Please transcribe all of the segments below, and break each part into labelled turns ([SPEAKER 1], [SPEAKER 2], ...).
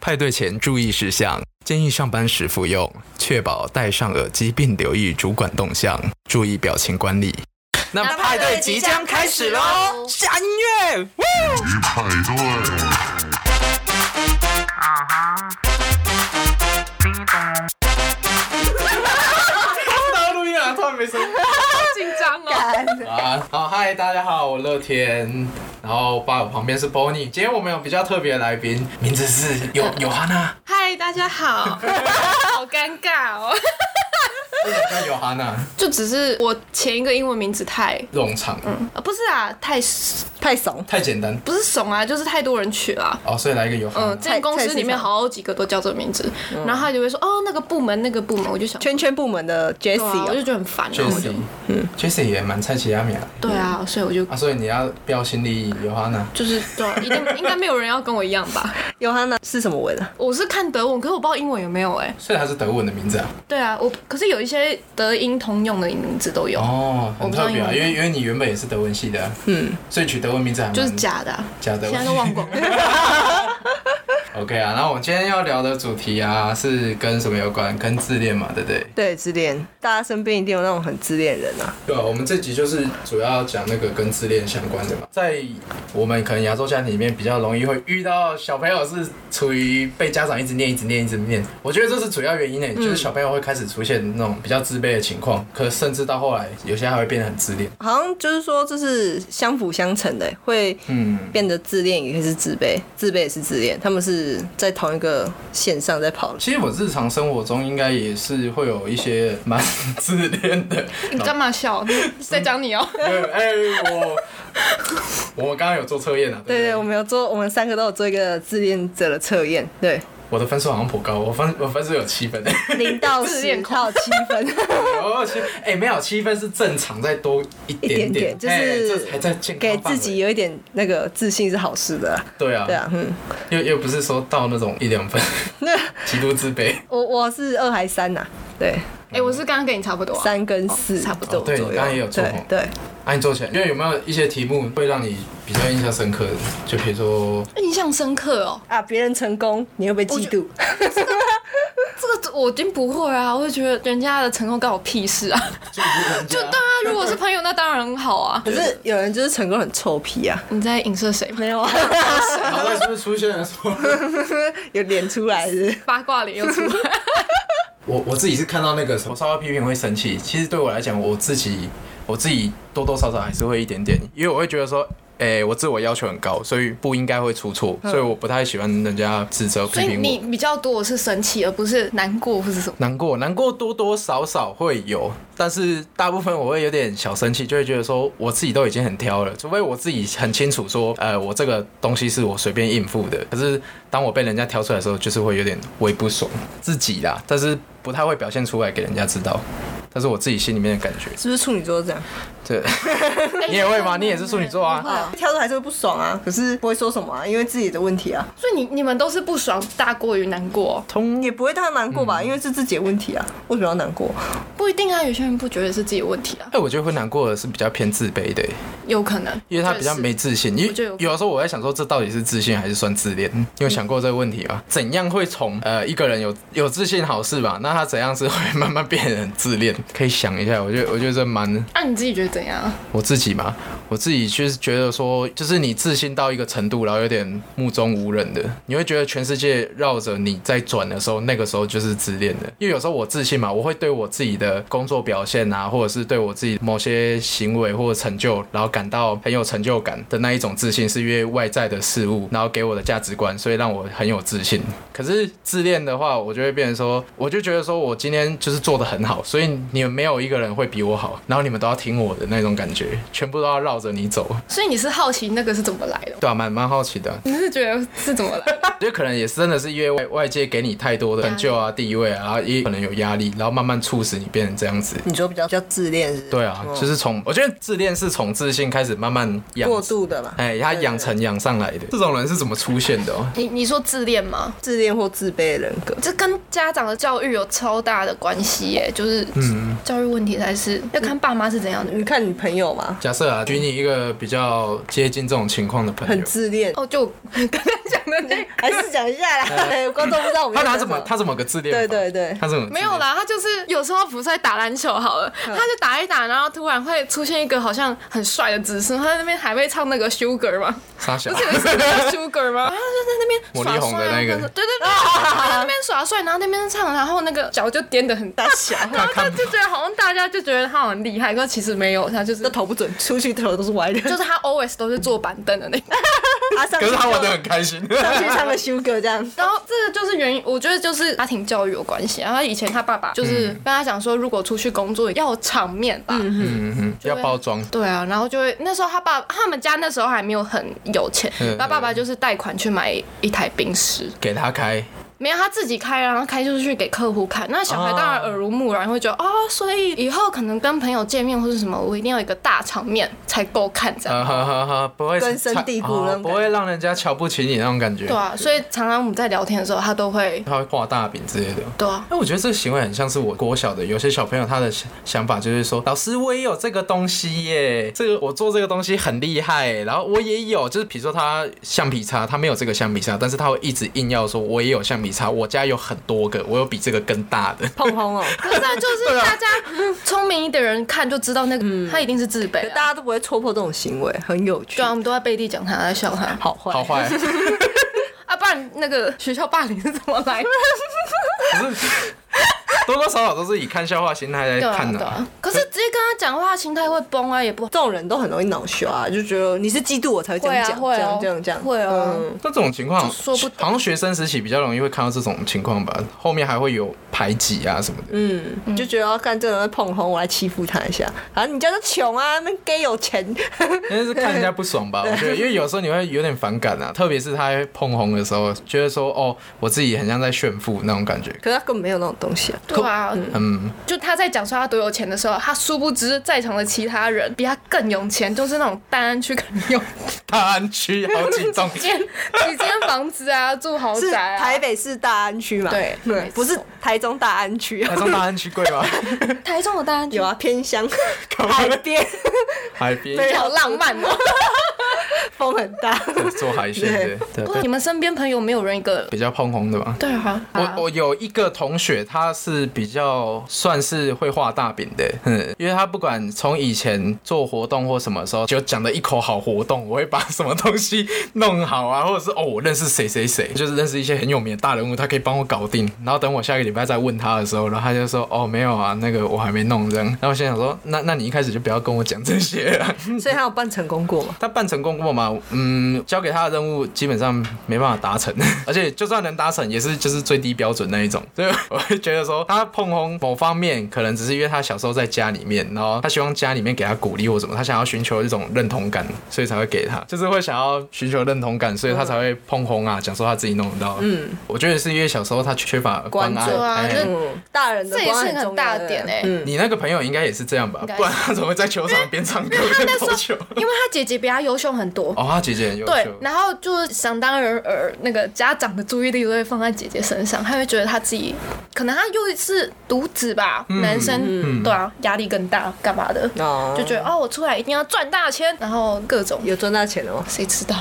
[SPEAKER 1] 派对前注意事项：建议上班时服用，确保戴上耳机并留意主管动向，注意表情管理。那派对即将开始喽！下音乐。
[SPEAKER 2] 派对。
[SPEAKER 1] 啊到录音啊了，突然没声音。
[SPEAKER 3] 紧张哦。
[SPEAKER 1] 啊，好，嗨，大家好，我乐天，然后爸，我旁边是 Bonnie，今天我们有比较特别的来宾，名字是有有哈娜，
[SPEAKER 3] 嗨，大家 好，好尴尬哦。
[SPEAKER 1] 为什么叫有哈娜？
[SPEAKER 3] 就只是我前一个英文名字太，
[SPEAKER 1] 冗长，
[SPEAKER 3] 呃不是啊，太不
[SPEAKER 4] 太怂，
[SPEAKER 1] 太简单
[SPEAKER 3] 是怂啊，就是太多人取了。
[SPEAKER 1] 哦，所以来一个有哈娜
[SPEAKER 3] 嗯，这个公司里面
[SPEAKER 4] 菜市场
[SPEAKER 3] 好几个都叫这个名字，然后他就会说哦那个部门那个部门，我就想，
[SPEAKER 4] 圈圈部门的 Jessie，、哦
[SPEAKER 3] 对啊我就觉得很烦，然后我就
[SPEAKER 1] ，Jesse，嗯，Jesse 也蛮菜奇亚米啊，
[SPEAKER 3] 对啊，所以我就
[SPEAKER 1] 啊，所以你要标新立异，有哈娜，
[SPEAKER 3] 就是对啊，一 定应该没有人要跟我一样吧？
[SPEAKER 4] 有他呢是什么文啊？
[SPEAKER 3] 我是看德文，可是我不知道英文有没有哎、
[SPEAKER 1] 所以它是德文的名字啊，
[SPEAKER 3] 对啊，我可是有一些德英通用的名字都有，
[SPEAKER 1] 哦，
[SPEAKER 3] 我
[SPEAKER 1] 很
[SPEAKER 3] 不知道
[SPEAKER 1] 特别啊，
[SPEAKER 3] 英文
[SPEAKER 1] 因为因为你原本也是德文系的，嗯，所以取德文名字还蛮
[SPEAKER 3] 就是假的啊、
[SPEAKER 1] 假的，
[SPEAKER 3] 现在都忘光了。
[SPEAKER 1] OK 啊，那我们今天要聊的主题啊，是跟什么有关？跟自恋嘛，对不对？
[SPEAKER 4] 对，自恋，大家身边一定有那种很自恋人啊。
[SPEAKER 1] 对啊，我们这集就是主要讲那个跟自恋相关的嘛。在我们可能亚洲家庭里面，比较容易会遇到小朋友是处于被家长一直念、一直念、一直念。我觉得这是主要原因呢，欸
[SPEAKER 4] 嗯
[SPEAKER 1] 就是小朋友会开始出现那种比较自卑的情况，可甚至到后来有些还会变得很自恋。
[SPEAKER 4] 好像就是说，这是相辅相成的，欸会
[SPEAKER 1] 嗯，
[SPEAKER 4] 变得自恋，也是自卑，自卑也是自恋，他们是在同一个线上在跑的。
[SPEAKER 1] 其实我日常生活中应该也是会有一些蛮自恋的。
[SPEAKER 3] 你干嘛笑？在讲你哦、
[SPEAKER 1] 哎、我我们刚刚有做测验啊，对
[SPEAKER 4] 对
[SPEAKER 1] 不
[SPEAKER 4] 对，我们有做，我们三个都有做一个自恋者的测验，对，
[SPEAKER 1] 我的分数好像颇高，我分我分数有七分，
[SPEAKER 4] 零到
[SPEAKER 3] 自
[SPEAKER 4] 十
[SPEAKER 3] 恋
[SPEAKER 4] 到七分，
[SPEAKER 1] 我有七，哎、没有七分是正常，再多一点
[SPEAKER 4] 一点点就是
[SPEAKER 1] 哎这还在健康
[SPEAKER 4] 给
[SPEAKER 1] 范
[SPEAKER 4] 自
[SPEAKER 1] 围
[SPEAKER 4] 己有一点那个自信是好事的啊。
[SPEAKER 1] 对啊，
[SPEAKER 4] 对啊，嗯，
[SPEAKER 1] 又又不是说到那种一两分，
[SPEAKER 4] 那
[SPEAKER 1] 极度自卑。
[SPEAKER 4] 我我是二还三呐、啊对，
[SPEAKER 3] 哎、我是刚刚跟你差不多、啊。
[SPEAKER 4] 三跟四、
[SPEAKER 3] 差不
[SPEAKER 1] 多哦对
[SPEAKER 4] 左右
[SPEAKER 1] 你刚刚也有做
[SPEAKER 4] 对
[SPEAKER 1] 哦
[SPEAKER 4] 对，
[SPEAKER 1] 啊，你做起来，因为有没有一些题目会让你比较印象深刻的？就比如说，
[SPEAKER 3] 印象深刻哦、
[SPEAKER 4] 啊，别人成功，你会不会嫉妒？
[SPEAKER 3] 这个我已经不会啊，我会觉得人家的成功关我屁事啊。
[SPEAKER 1] 就人
[SPEAKER 3] 就
[SPEAKER 1] 家
[SPEAKER 3] 当然，如果是朋友，那当然很好啊
[SPEAKER 4] 可。是有人就是成功很臭屁啊，
[SPEAKER 3] 你在影射谁吗？
[SPEAKER 4] 没有啊，
[SPEAKER 1] 脑袋是不是出现了什么？
[SPEAKER 4] 有脸出来是不是
[SPEAKER 3] 八卦脸又 出来，
[SPEAKER 1] 我我自己是看到那个什么，我稍微批评会生气。其实对我来讲，我自己我自己多多少少还是会一点点，因为我会觉得说。哎、我自我要求很高，所以不应该会出错，
[SPEAKER 4] 嗯
[SPEAKER 1] 所以我不太喜欢人家指责
[SPEAKER 3] 所
[SPEAKER 1] 批
[SPEAKER 3] 以
[SPEAKER 1] 评
[SPEAKER 3] 你
[SPEAKER 1] 我。
[SPEAKER 3] 比较多的是生气，而不是难过或是什么。
[SPEAKER 1] 难过，难过多多少少会有，但是大部分我会有点小生气，就会觉得说我自己都已经很挑了，除非我自己很清楚说，呃，我这个东西是我随便应付的。可是当我被人家挑出来的时候，就是会有点微不爽自己啦，但是不太会表现出来给人家知道，但是我自己心里面的感觉。
[SPEAKER 4] 是不是处女座这样？
[SPEAKER 1] 对，你也会吗？你也是处女座啊？
[SPEAKER 3] 啊
[SPEAKER 4] 挑出还是会不爽啊，可是不会说什么啊，因为自己的问题啊，
[SPEAKER 3] 所以你你们都是不爽大过于难过哦，
[SPEAKER 1] 通
[SPEAKER 4] 也不会太难过吧，因为是自己的问题啊，为什么要难过？
[SPEAKER 3] 不一定啊。有些人不觉得是自己的问题啊，
[SPEAKER 1] 哎，我觉得会难过的是比较偏自卑的，欸
[SPEAKER 3] 有可能，
[SPEAKER 1] 因为他比较没自信。因为
[SPEAKER 3] 我觉得有
[SPEAKER 1] 有的时候我在想说，这到底是自信还是算自恋？你有想过这个问题
[SPEAKER 3] 嗯
[SPEAKER 1] 吗？怎样会从呃一个人有有自信好事吧？那他怎样是会慢慢变得很自恋？可以想一下，我觉得我觉得这蛮
[SPEAKER 3] 那、你自己觉得怎样啊？
[SPEAKER 1] 我自己嘛，我自己就是觉得说，就是你自信到一个程度，然后有点目中无人的，你会觉得全世界绕着你在转的时候，那个时候就是自恋的。因为有时候我自信嘛，我会对我自己的工作表现啊，或者是对我自己某些行为或者成就，然后感到很有成就感的那一种自信，是因为外在的事物，然后给我的价值观，所以让我很有自信。可是自恋的话，我就会变成说，我就觉得说我今天就是做的很好，所以你们没有一个人会比我好，然后你们都要听我的那种感觉，全部都要绕着你走。
[SPEAKER 3] 所以你是好奇那个是怎么来的吗？
[SPEAKER 1] 对啊，蛮蛮好奇的，
[SPEAKER 3] 你是觉得是怎么来的？
[SPEAKER 1] 就可能也是真的是因为外外界给你太多的成就啊、地位啊，然后也可能有压力，然后慢慢促使你变成这样子。
[SPEAKER 4] 你说比较比较自恋是不是？
[SPEAKER 1] 对啊，
[SPEAKER 4] 嗯
[SPEAKER 1] 就是从我觉得自恋是从自信开始慢慢养
[SPEAKER 4] 过度的啦，
[SPEAKER 1] 哎，他养成养上来的。这种人是怎么出现的、哦？
[SPEAKER 3] 你你说自恋吗？
[SPEAKER 4] 自恋或自卑的人格，
[SPEAKER 3] 这跟家长的教育有超大的关系耶，就是
[SPEAKER 1] 嗯
[SPEAKER 3] 教育问题才是要看爸妈是怎样的人。
[SPEAKER 4] 你看你朋友嘛，
[SPEAKER 1] 假设啊，举你一个比较接近这种情况的朋
[SPEAKER 4] 很
[SPEAKER 1] 友，
[SPEAKER 4] 自恋，
[SPEAKER 3] 哦，就刚刚讲 的那
[SPEAKER 4] 还是讲一下啦，观众不知道我们
[SPEAKER 1] 他
[SPEAKER 4] 在
[SPEAKER 1] 拿
[SPEAKER 4] 讲
[SPEAKER 1] 怎么
[SPEAKER 4] 哎什
[SPEAKER 1] 他怎么个自恋？
[SPEAKER 4] 对，对对，
[SPEAKER 1] 他怎么
[SPEAKER 3] 没有啦，他就是有时候不是在打篮球好了，他就打一打，然后突然会出现一个好像很帅的姿势，他在那边还会唱那个 Sugar 嘛，
[SPEAKER 1] 傻小
[SPEAKER 3] 不？是有一首歌叫 Sugar 吗？然后就在那边
[SPEAKER 1] 魔
[SPEAKER 3] 耍
[SPEAKER 1] 力红的
[SPEAKER 3] 帅啊，
[SPEAKER 1] 那个
[SPEAKER 3] 对对对， 他在那边耍帅，然后那边唱，然后那个脚就颠得很 大，
[SPEAKER 4] 大小，啊
[SPEAKER 3] 然后他就觉得好像大家就觉得他很厉害，可是其实没有，他就是
[SPEAKER 4] 那头不准，出去头都是歪的，
[SPEAKER 3] 就是他 always 都是坐板凳的那种。
[SPEAKER 4] 啊，上
[SPEAKER 1] 可
[SPEAKER 4] 去
[SPEAKER 1] 是他玩的
[SPEAKER 4] 上
[SPEAKER 1] 很开 心。
[SPEAKER 4] 去唱个 Sugar 这样，
[SPEAKER 3] 然后这个就是原因，我觉得就是家庭教育有关系啊。然后以前他爸爸就是跟他讲说，如果出去工作要有场面吧。
[SPEAKER 1] 嗯嗯，要包装。
[SPEAKER 3] 对啊，然后就会那时候他爸他们家那时候还没有很有钱，
[SPEAKER 1] 嗯
[SPEAKER 3] 他爸爸就是贷款去买一台冰室，
[SPEAKER 1] 给他开，
[SPEAKER 3] 没有他自己开，然后开出去给客户看。那小孩当然耳濡目染，会觉得哦，所以以后可能跟朋友见面或是什么，我一定要有一个大场面才够看这样。
[SPEAKER 1] 呃呵呵呵，不会
[SPEAKER 4] 根深蒂固那种感觉
[SPEAKER 1] 不会让人家瞧不起你那种感觉。
[SPEAKER 3] 对啊，所以常常我们在聊天的时候，他都会
[SPEAKER 1] 他会画大饼之类的。
[SPEAKER 3] 对啊，
[SPEAKER 1] 哎，我觉得这个行为很像是我国小的有些小朋友，他的想想法就是说，老师我也有这个东西耶，这个我做这个东西很厉害耶，然后我也有，就是比如说他橡皮擦，他没有这个橡皮擦，但是他会一直硬要说我也有橡皮擦，我家有很多个，我有比这个更大的。
[SPEAKER 4] 碰碰哦，
[SPEAKER 3] 不是啊，就是大家聪明一点的人看就知道那个他一定是自卑 啊。
[SPEAKER 4] 大家都不会戳破这种行为，很有趣
[SPEAKER 3] 对啊，，我们都在背地讲他，在笑他
[SPEAKER 4] 好坏，
[SPEAKER 1] 好坏，
[SPEAKER 3] 啊，不然那个学校霸凌是怎么来的？
[SPEAKER 1] 可是多多少少都是以看笑话心态来
[SPEAKER 3] 对啊，
[SPEAKER 1] 看
[SPEAKER 3] 对
[SPEAKER 1] 的、
[SPEAKER 3] 啊。可是直接跟他讲话，心态会崩啊，也不
[SPEAKER 4] 这种人都很容易恼羞啊，就觉得你是嫉妒我才会这样讲，
[SPEAKER 3] 会
[SPEAKER 4] 这
[SPEAKER 3] 啊
[SPEAKER 4] 样这样这样，
[SPEAKER 3] 会啊
[SPEAKER 4] 嗯
[SPEAKER 1] 那这种情况，
[SPEAKER 3] 就说不
[SPEAKER 1] 好像学生时期比较容易会看到这种情况吧，后面还会有排挤啊什么的。
[SPEAKER 4] 嗯，就觉得要干这个人在碰红，我来欺负他一下，啊，你家是穷啊，那 gay 有钱，
[SPEAKER 1] 但是看人家不爽吧，我觉得，因为有时候你会有点反感啊，特别是他碰红的时候，觉得说哦，我自己很像在炫富那种感觉。
[SPEAKER 4] 可是他根本没有那种东西啊，
[SPEAKER 3] 对啊。
[SPEAKER 1] 嗯，
[SPEAKER 3] 就他在讲说他多有钱的时候，他殊不知在场的其他人比他更有钱，就是那种大安区可能有
[SPEAKER 1] 大安区好几 栋，
[SPEAKER 3] 几间 几间房子啊，住豪
[SPEAKER 4] 是
[SPEAKER 3] 宅啊。
[SPEAKER 4] 台北市大安区嘛，
[SPEAKER 3] 对没
[SPEAKER 4] 对，
[SPEAKER 3] 错
[SPEAKER 4] 不是台中大安区啊
[SPEAKER 1] 台，中大安区贵吗？
[SPEAKER 3] 台中的大安区
[SPEAKER 4] 有啊，偏乡海边
[SPEAKER 1] 海边
[SPEAKER 4] 对
[SPEAKER 3] 好浪漫哦。
[SPEAKER 4] 风很 大，
[SPEAKER 1] 做海鲜的，对，
[SPEAKER 3] 不过
[SPEAKER 1] 对
[SPEAKER 3] 你们身边朋友没有人一个
[SPEAKER 1] 比较碰红的吧。
[SPEAKER 3] 对啊，
[SPEAKER 1] 我我有一个同学，他是比较算是会画大饼的，嗯，因为他不管从以前做活动或什么时候，就讲的一口好活动，我会把什么东西弄好啊，或者是哦，我认识谁谁谁，就是认识一些很有名的大人物，他可以帮我搞定。然后等我下个礼拜再问他的时候，然后他就说哦，没有啊，那个我还没弄这样。然后我心想说，那那你一开始就不要跟我讲这些啊。
[SPEAKER 4] 所以他有办成功过嘛？
[SPEAKER 1] 他办成功过吗？嗯，交给他的任务基本上没办法达成， 而且就算能达成，也是就是最低标准那一种。所以 我会觉得说，他碰红某方面，可能只是因为他小时候在家里面，然后他希望家里面给他鼓励或什么，他想要寻求一种认同感，所以才会给他，就是会想要寻求认同感，所以他才会碰红啊，讲说他自己弄得到。嗯，我觉得是因为小时候他缺乏关爱。
[SPEAKER 4] 关注
[SPEAKER 3] 啊
[SPEAKER 1] 哎
[SPEAKER 3] 就是
[SPEAKER 4] 嗯，大人的
[SPEAKER 3] 这也
[SPEAKER 4] 光
[SPEAKER 3] 是
[SPEAKER 4] 很
[SPEAKER 3] 个
[SPEAKER 4] 重
[SPEAKER 3] 很
[SPEAKER 4] 要
[SPEAKER 3] 大
[SPEAKER 4] 的
[SPEAKER 3] 的点哎、
[SPEAKER 4] 嗯
[SPEAKER 1] 你那个朋友应该也是这样吧
[SPEAKER 3] 应该？是
[SPEAKER 1] 不然他怎么会在球场边唱歌边投球？
[SPEAKER 3] 因为他姐姐比他优秀很多。
[SPEAKER 1] 哦，他姐姐很优
[SPEAKER 3] 对
[SPEAKER 1] 秀，。
[SPEAKER 3] 然后就是想当然而那个家长的注意力都会放在姐姐身上，他会觉得他自己可能他又是独子吧，
[SPEAKER 1] 嗯
[SPEAKER 3] 男生对啊，压力更大，干嘛的，
[SPEAKER 4] 哦
[SPEAKER 3] 就觉得哦，我出来一定要赚大钱，然后各种
[SPEAKER 4] 有赚大钱了吗？
[SPEAKER 3] 谁知道，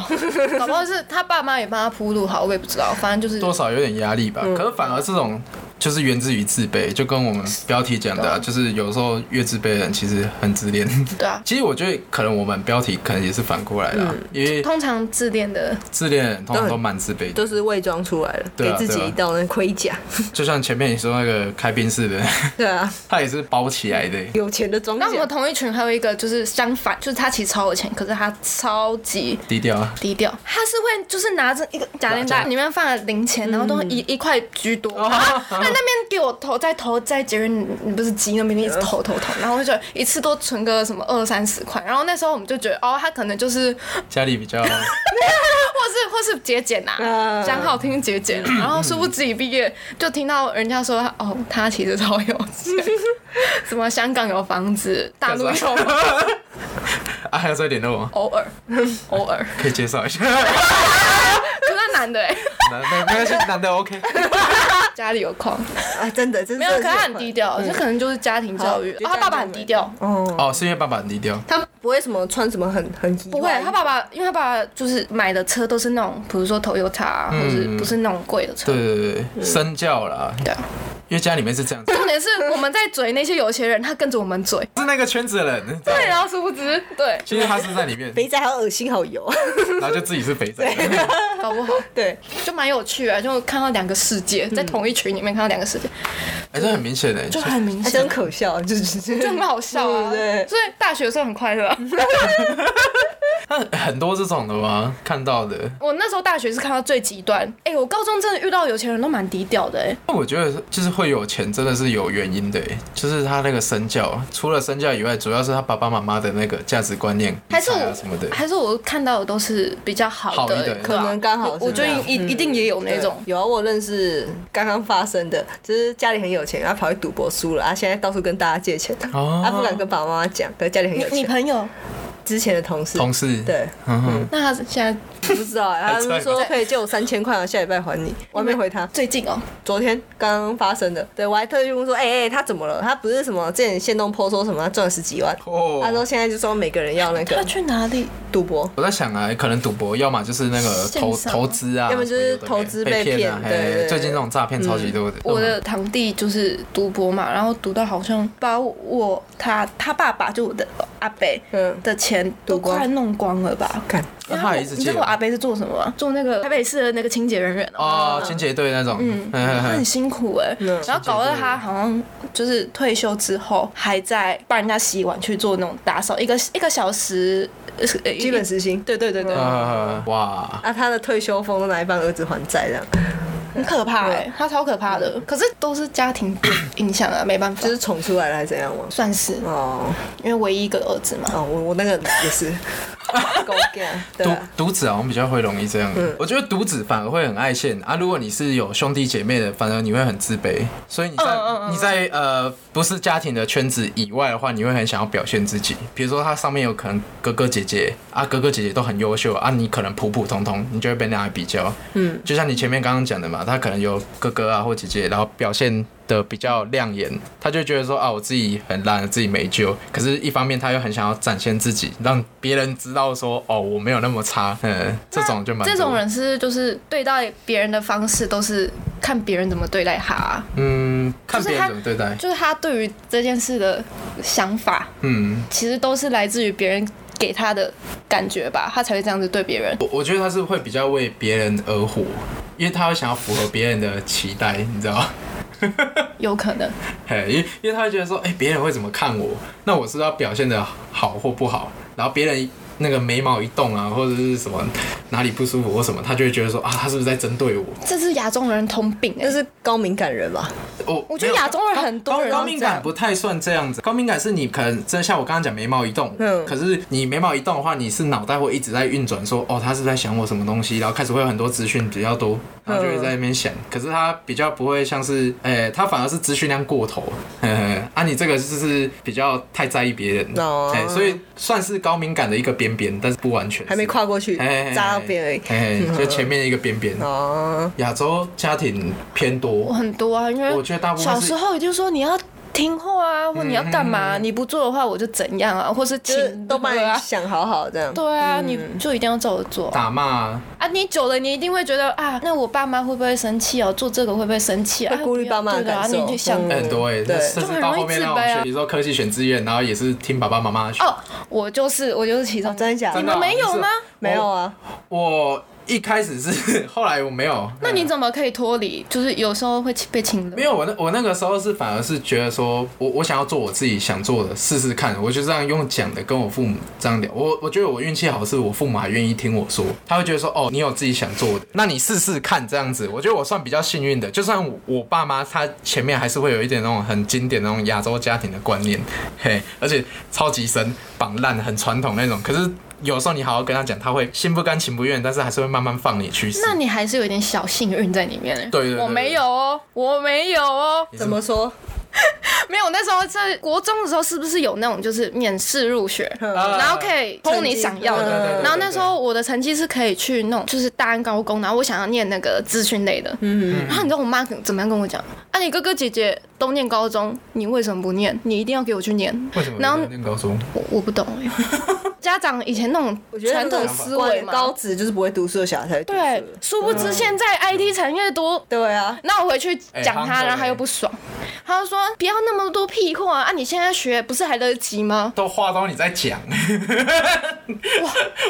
[SPEAKER 3] 搞不好是他爸妈也帮他铺路好，我也不知道，反正就是
[SPEAKER 1] 多少有点压力吧。可是反而这种就是源自于自卑，就跟我们标题讲的、啊，就是有时候越自卑的人其实很自恋。
[SPEAKER 3] 对啊，
[SPEAKER 1] 其实我觉得可能我们标题可能也是反过来啦，因为
[SPEAKER 3] 通常自恋的
[SPEAKER 1] 自恋的人通常都蛮自卑的，
[SPEAKER 4] 都是伪装出来的，
[SPEAKER 1] 对
[SPEAKER 4] 给
[SPEAKER 1] 啊
[SPEAKER 4] 自己
[SPEAKER 1] 对啊
[SPEAKER 4] 一道那盔甲。
[SPEAKER 1] 就像前面你说那个开宾士的，
[SPEAKER 4] 对啊，
[SPEAKER 1] 他也是包起来的。
[SPEAKER 4] 有钱的装
[SPEAKER 3] 那我们
[SPEAKER 4] 甲。
[SPEAKER 3] 同一群还有一个就是相反，就是他其实超有钱，可是他超级
[SPEAKER 1] 低调啊，
[SPEAKER 3] 低调，他是会就是拿着一个假链袋，里面放了零钱，然后都一一块居 多。然后在那边给我投，在投在节运，你不是急那边一直投投投，然后我就觉得一次多存个什么二三十块。然后那时候我们就觉得，哦，他可能就是，
[SPEAKER 1] 家里比较
[SPEAKER 3] 或是或是节俭呐，
[SPEAKER 4] 嗯
[SPEAKER 3] 讲好听节俭。啊 然后殊不知一毕业就听到人家说，哦，他其实超有 钱，什么香港有房子，大陆有，
[SPEAKER 1] 啊，还有这点的我
[SPEAKER 3] 偶尔偶 尔，
[SPEAKER 1] 可以介绍一下，
[SPEAKER 3] 可是他男的哎、
[SPEAKER 1] 男的没关系，男的 OK。
[SPEAKER 3] 家里有矿，
[SPEAKER 4] 啊，真的，真的
[SPEAKER 3] 没有，可是
[SPEAKER 4] 真的是
[SPEAKER 3] 他
[SPEAKER 4] 有
[SPEAKER 3] 很
[SPEAKER 4] 快
[SPEAKER 3] 低调，这可能就是家庭教育。
[SPEAKER 4] 好
[SPEAKER 3] 哦，他爸爸很低调，
[SPEAKER 4] 哦，
[SPEAKER 1] 哦，是因为爸爸很低调，
[SPEAKER 4] 他不会什么穿什么很很
[SPEAKER 3] 不会，他爸爸因为他爸爸就是买的车都是那种，比如说 Toyota，、啊，或是不是那种贵的车。
[SPEAKER 1] 对对对对，身教啦，
[SPEAKER 3] 对啊
[SPEAKER 1] 因为家里面是这样子，
[SPEAKER 3] 重点是我们在嘴那些有钱人，他跟着我们嘴，
[SPEAKER 1] 是那个圈子的人，
[SPEAKER 3] 对，然后殊不知，对，
[SPEAKER 1] 其实他是在里面，
[SPEAKER 4] 肥仔好恶心，好油。
[SPEAKER 1] 然后就自己是肥仔，
[SPEAKER 3] 搞不好
[SPEAKER 4] 对，
[SPEAKER 3] 就蛮有趣啊，就看到两个世界，在同一群里面看到两个世界，
[SPEAKER 1] 哎，这很明显的，
[SPEAKER 3] 就很明
[SPEAKER 4] 还
[SPEAKER 3] 显
[SPEAKER 4] 真，可笑，就是
[SPEAKER 3] 就
[SPEAKER 4] 真
[SPEAKER 3] 很好笑啊。
[SPEAKER 4] 对
[SPEAKER 3] 所以大学的时候很快乐啊。
[SPEAKER 1] 那很多这种的吗？看到的，
[SPEAKER 3] 我那时候大学是看到最极端，哎、我高中真的遇到有钱人都蛮低调的、哎，
[SPEAKER 1] 那我觉得就是会有钱，真的是有原因的，欸就是他那个身教，除了身教以外，主要是他爸爸妈妈的那个价值观念，
[SPEAKER 3] 还是
[SPEAKER 1] 理财啊
[SPEAKER 3] 我
[SPEAKER 1] 什么的，
[SPEAKER 3] 还是我看到的都是比较好的，
[SPEAKER 1] 好一点
[SPEAKER 3] 对啊
[SPEAKER 4] 可能刚好
[SPEAKER 3] 我
[SPEAKER 4] 是
[SPEAKER 3] 我觉得
[SPEAKER 4] 这样嗯
[SPEAKER 3] 一一定也有那种。
[SPEAKER 4] 有啊，我认识刚刚发生的，就是家里很有钱，然后跑去赌博输了，他啊现在到处跟大家借钱，啊
[SPEAKER 1] 哦
[SPEAKER 4] 他不敢跟爸爸妈妈讲，可是家里很有 钱。
[SPEAKER 3] 朋友？
[SPEAKER 4] 之前的同事，
[SPEAKER 1] 同事，
[SPEAKER 4] 对，
[SPEAKER 1] 嗯哼，
[SPEAKER 3] 那他现在
[SPEAKER 4] 我不知道，哎 他
[SPEAKER 1] 在吗
[SPEAKER 4] 们说可以借我三千块，我下礼拜还你，我还没回他。
[SPEAKER 3] 最近哦，
[SPEAKER 4] 昨天刚刚发生的，对我还特意问说，哎、哎、他怎么了？他不是什么之前现动坡说什么他赚了十几万，
[SPEAKER 1] 哦
[SPEAKER 4] 他说现在就说每个人要那
[SPEAKER 3] 他
[SPEAKER 4] 个
[SPEAKER 3] 去哪里？
[SPEAKER 4] 赌博，
[SPEAKER 1] 我在想啊，可能赌博，要么就是那个
[SPEAKER 3] 线
[SPEAKER 1] 投
[SPEAKER 3] 上
[SPEAKER 1] 投资啊，
[SPEAKER 4] 要么就是
[SPEAKER 1] 什么有的没
[SPEAKER 4] 投资
[SPEAKER 1] 被
[SPEAKER 4] 被
[SPEAKER 1] 啊。
[SPEAKER 4] 骗对对
[SPEAKER 1] 嘿
[SPEAKER 4] 对
[SPEAKER 1] 最近这种诈骗超级多的。
[SPEAKER 3] 我的堂弟就是赌博嘛，然后赌到好像把我他他爸爸就我的阿伯
[SPEAKER 4] 嗯
[SPEAKER 3] 的钱都
[SPEAKER 4] 赌光
[SPEAKER 3] 快弄光了吧？
[SPEAKER 4] 看
[SPEAKER 1] 那
[SPEAKER 3] 然
[SPEAKER 1] 他
[SPEAKER 3] 后
[SPEAKER 1] 也一直
[SPEAKER 3] 你知
[SPEAKER 1] 借
[SPEAKER 3] 道我阿伯是做什么吗？做那个台北市的那个清洁人员哦。
[SPEAKER 1] 哦，清洁队那种，嗯
[SPEAKER 3] 他
[SPEAKER 1] 嗯
[SPEAKER 3] 很辛苦哎、
[SPEAKER 4] 嗯
[SPEAKER 3] 然后搞到他好像就是退休之后还在帮人家洗碗去做那种打扫，一个一个小时，呃
[SPEAKER 4] 基本时薪，
[SPEAKER 3] 对对对对，
[SPEAKER 1] 呃，哇，
[SPEAKER 4] 啊，他的退休俸都拿来帮儿子还债这样，
[SPEAKER 3] 很可怕哎、他超可怕的。可是都是家庭影响啊，没办法，
[SPEAKER 4] 嗯就
[SPEAKER 3] 就是是
[SPEAKER 4] 宠出来了还是怎样吗？
[SPEAKER 3] 算是
[SPEAKER 4] 哦
[SPEAKER 3] 因为唯一一个儿子嘛。
[SPEAKER 4] 哦，我我那个也是， 狗干对
[SPEAKER 1] 独
[SPEAKER 4] 啊，嗯
[SPEAKER 1] 独子好像比较会容易这样，我觉得独子反而会很爱现啊。如果你是有兄弟姐妹的，反而你会很自卑，所以
[SPEAKER 4] 嗯
[SPEAKER 1] 你在、你在呃不是家庭的圈子以外的话，你会很想要表现自己。比如说他上面有可能哥哥姐姐啊，哥哥姐姐都很优秀啊，你可能普普通通，你就会被拿来比较。嗯，就像你前面刚刚讲的嘛，他可能有哥哥啊或姐姐，然后表现。的比较亮眼，他就觉得说啊，我自己很烂，自己没救。可是，一方面他又很想要展现自己，让别人知道说哦，我没有那么差。嗯，这种就蛮
[SPEAKER 3] 这种
[SPEAKER 1] 多
[SPEAKER 3] 人是就是对待别人的方式都是看别人怎么对待他啊、
[SPEAKER 1] 嗯，看
[SPEAKER 3] 就是
[SPEAKER 1] 别人
[SPEAKER 3] 他
[SPEAKER 1] 怎么对待，
[SPEAKER 3] 就是他对于这件事的想法，
[SPEAKER 1] 嗯，
[SPEAKER 3] 其实都是来自于别人给他的感觉吧，他才会这样子对别人。
[SPEAKER 1] 我我觉得他是会比较为别人而活，因为他会想要符合别人的期待，你知道。
[SPEAKER 3] 有可能，
[SPEAKER 1] 嘿，因为因为他会觉得说，哎、别人会怎么看我？那我是不是要表现的好或不好？然后别人那个眉毛一动啊，或者是什么哪里不舒服或什么，他就会觉得说啊，他是不是在针对我？
[SPEAKER 3] 这是亚洲人通病、欸，
[SPEAKER 4] 那是高敏感人吧？
[SPEAKER 1] 我
[SPEAKER 3] 我觉得亚洲人很多人
[SPEAKER 1] 哦高
[SPEAKER 3] 都
[SPEAKER 1] 高敏
[SPEAKER 3] 这样
[SPEAKER 1] 感不太算这样子，高敏感是你可能真的像我刚刚讲眉毛一动，
[SPEAKER 4] 嗯
[SPEAKER 1] 可是你眉毛一动的话，你是脑袋会一直在运转，说哦他是在想我什么东西，然后开始会有很多资讯比较多，然后就会在那边想，可是他比较不会像是，哎、他反而是资讯量过头， 呵呵啊你这个就是比较太在意别人，哎、
[SPEAKER 4] 哦
[SPEAKER 1] 所以算是高敏感的一个边边，但是不完全是
[SPEAKER 4] 还没跨过去
[SPEAKER 1] 嘿嘿嘿，
[SPEAKER 4] 扎到边而已。
[SPEAKER 1] 嘿
[SPEAKER 3] 嗯
[SPEAKER 1] 嘿就前面一个边边，
[SPEAKER 4] 哦，
[SPEAKER 1] 亚洲家庭偏多
[SPEAKER 3] 我，很多啊，因为
[SPEAKER 1] 我觉得大部分
[SPEAKER 3] 小
[SPEAKER 1] 是
[SPEAKER 3] 时候一定说你要听话啊，或你要
[SPEAKER 1] 嗯
[SPEAKER 3] 干嘛，你不做的话我就怎样啊，或是请
[SPEAKER 4] 就是都帮
[SPEAKER 3] 对
[SPEAKER 4] 你
[SPEAKER 3] 啊。
[SPEAKER 4] 想好好这样。
[SPEAKER 3] 对啊，你就一定要照着做
[SPEAKER 1] 嗯打骂。
[SPEAKER 3] 啊！你久了，你一定会觉得啊，那我爸妈会不会生气哦？做这个会不会生气啊？
[SPEAKER 4] 会顾虑
[SPEAKER 3] 哎不要
[SPEAKER 4] 爸妈的
[SPEAKER 3] 对啊
[SPEAKER 4] 感受
[SPEAKER 3] 你就想
[SPEAKER 4] 嗯
[SPEAKER 1] 很多哎、欸，
[SPEAKER 4] 对
[SPEAKER 1] 甚至到后面那种
[SPEAKER 3] 就很容易自卑
[SPEAKER 1] 学，
[SPEAKER 3] 啊
[SPEAKER 1] 比如说科技选志愿，然后也是听爸爸妈妈的选。
[SPEAKER 3] 哦，我就是我就是其中
[SPEAKER 4] 哦真的假的
[SPEAKER 3] 你们
[SPEAKER 1] 啊
[SPEAKER 3] 没有吗？
[SPEAKER 4] 没有啊，
[SPEAKER 1] 我一开始是， 后来我没有。
[SPEAKER 3] 那你
[SPEAKER 1] 嗯
[SPEAKER 3] 怎么可以脱离？就是有时候会被侵
[SPEAKER 1] 没
[SPEAKER 3] 略。
[SPEAKER 1] 有，我那我那个时候是反而是觉得说，我我想要做我自己想做的，试试看。我就这样用讲的跟我父母这样聊。我我觉得我运气好，是我父母还愿意听我说，他会觉得说，哦，你有自己想做的，那你试试看这样子。我觉得我算比较幸运的，就算我我爸妈他前面还是会有一点那种很经典那种亚洲家庭的观念，嘿，而且超级深绑烂很传统那种，可是。有时候你好好跟他讲，他会心不甘情不愿，但是还是会慢慢放你去死。
[SPEAKER 3] 那你还是有一点小幸运在里面呢。
[SPEAKER 1] 对对对对
[SPEAKER 3] 我没有哦，我没有哦。
[SPEAKER 1] 你是
[SPEAKER 4] 怎么说？
[SPEAKER 3] 没有，那时候在国中的时候，是不是有那种就是免试入学，
[SPEAKER 1] 啊
[SPEAKER 3] 然后可以通哦你想要
[SPEAKER 1] 嗯对对对对
[SPEAKER 3] 的
[SPEAKER 1] 对？
[SPEAKER 3] 然后那时候我的成绩是可以去弄，就是大安高工，然后我想要念那个资讯类的。嗯，然后你知道我妈怎么样跟我讲？啊，你哥哥姐姐都念高中，你为什么不念？你一定要给我去念？
[SPEAKER 1] 为什么？
[SPEAKER 3] 然后
[SPEAKER 1] 念高中，
[SPEAKER 3] 我我 不懂欸，家长以前那种
[SPEAKER 4] 我觉得
[SPEAKER 3] 传统思维嘛，
[SPEAKER 4] 高职就是不会读书的小孩才会读
[SPEAKER 3] 对
[SPEAKER 4] 书的，
[SPEAKER 3] 殊不知现在
[SPEAKER 1] 嗯
[SPEAKER 3] IT 产业多。
[SPEAKER 4] 对啊，
[SPEAKER 3] 那我回去讲
[SPEAKER 1] 哎
[SPEAKER 3] 他，
[SPEAKER 1] 夯
[SPEAKER 3] 然后他又不爽，他就说不要那么多屁话啊！你现在学不是还来得及吗？
[SPEAKER 1] 都话都你在讲。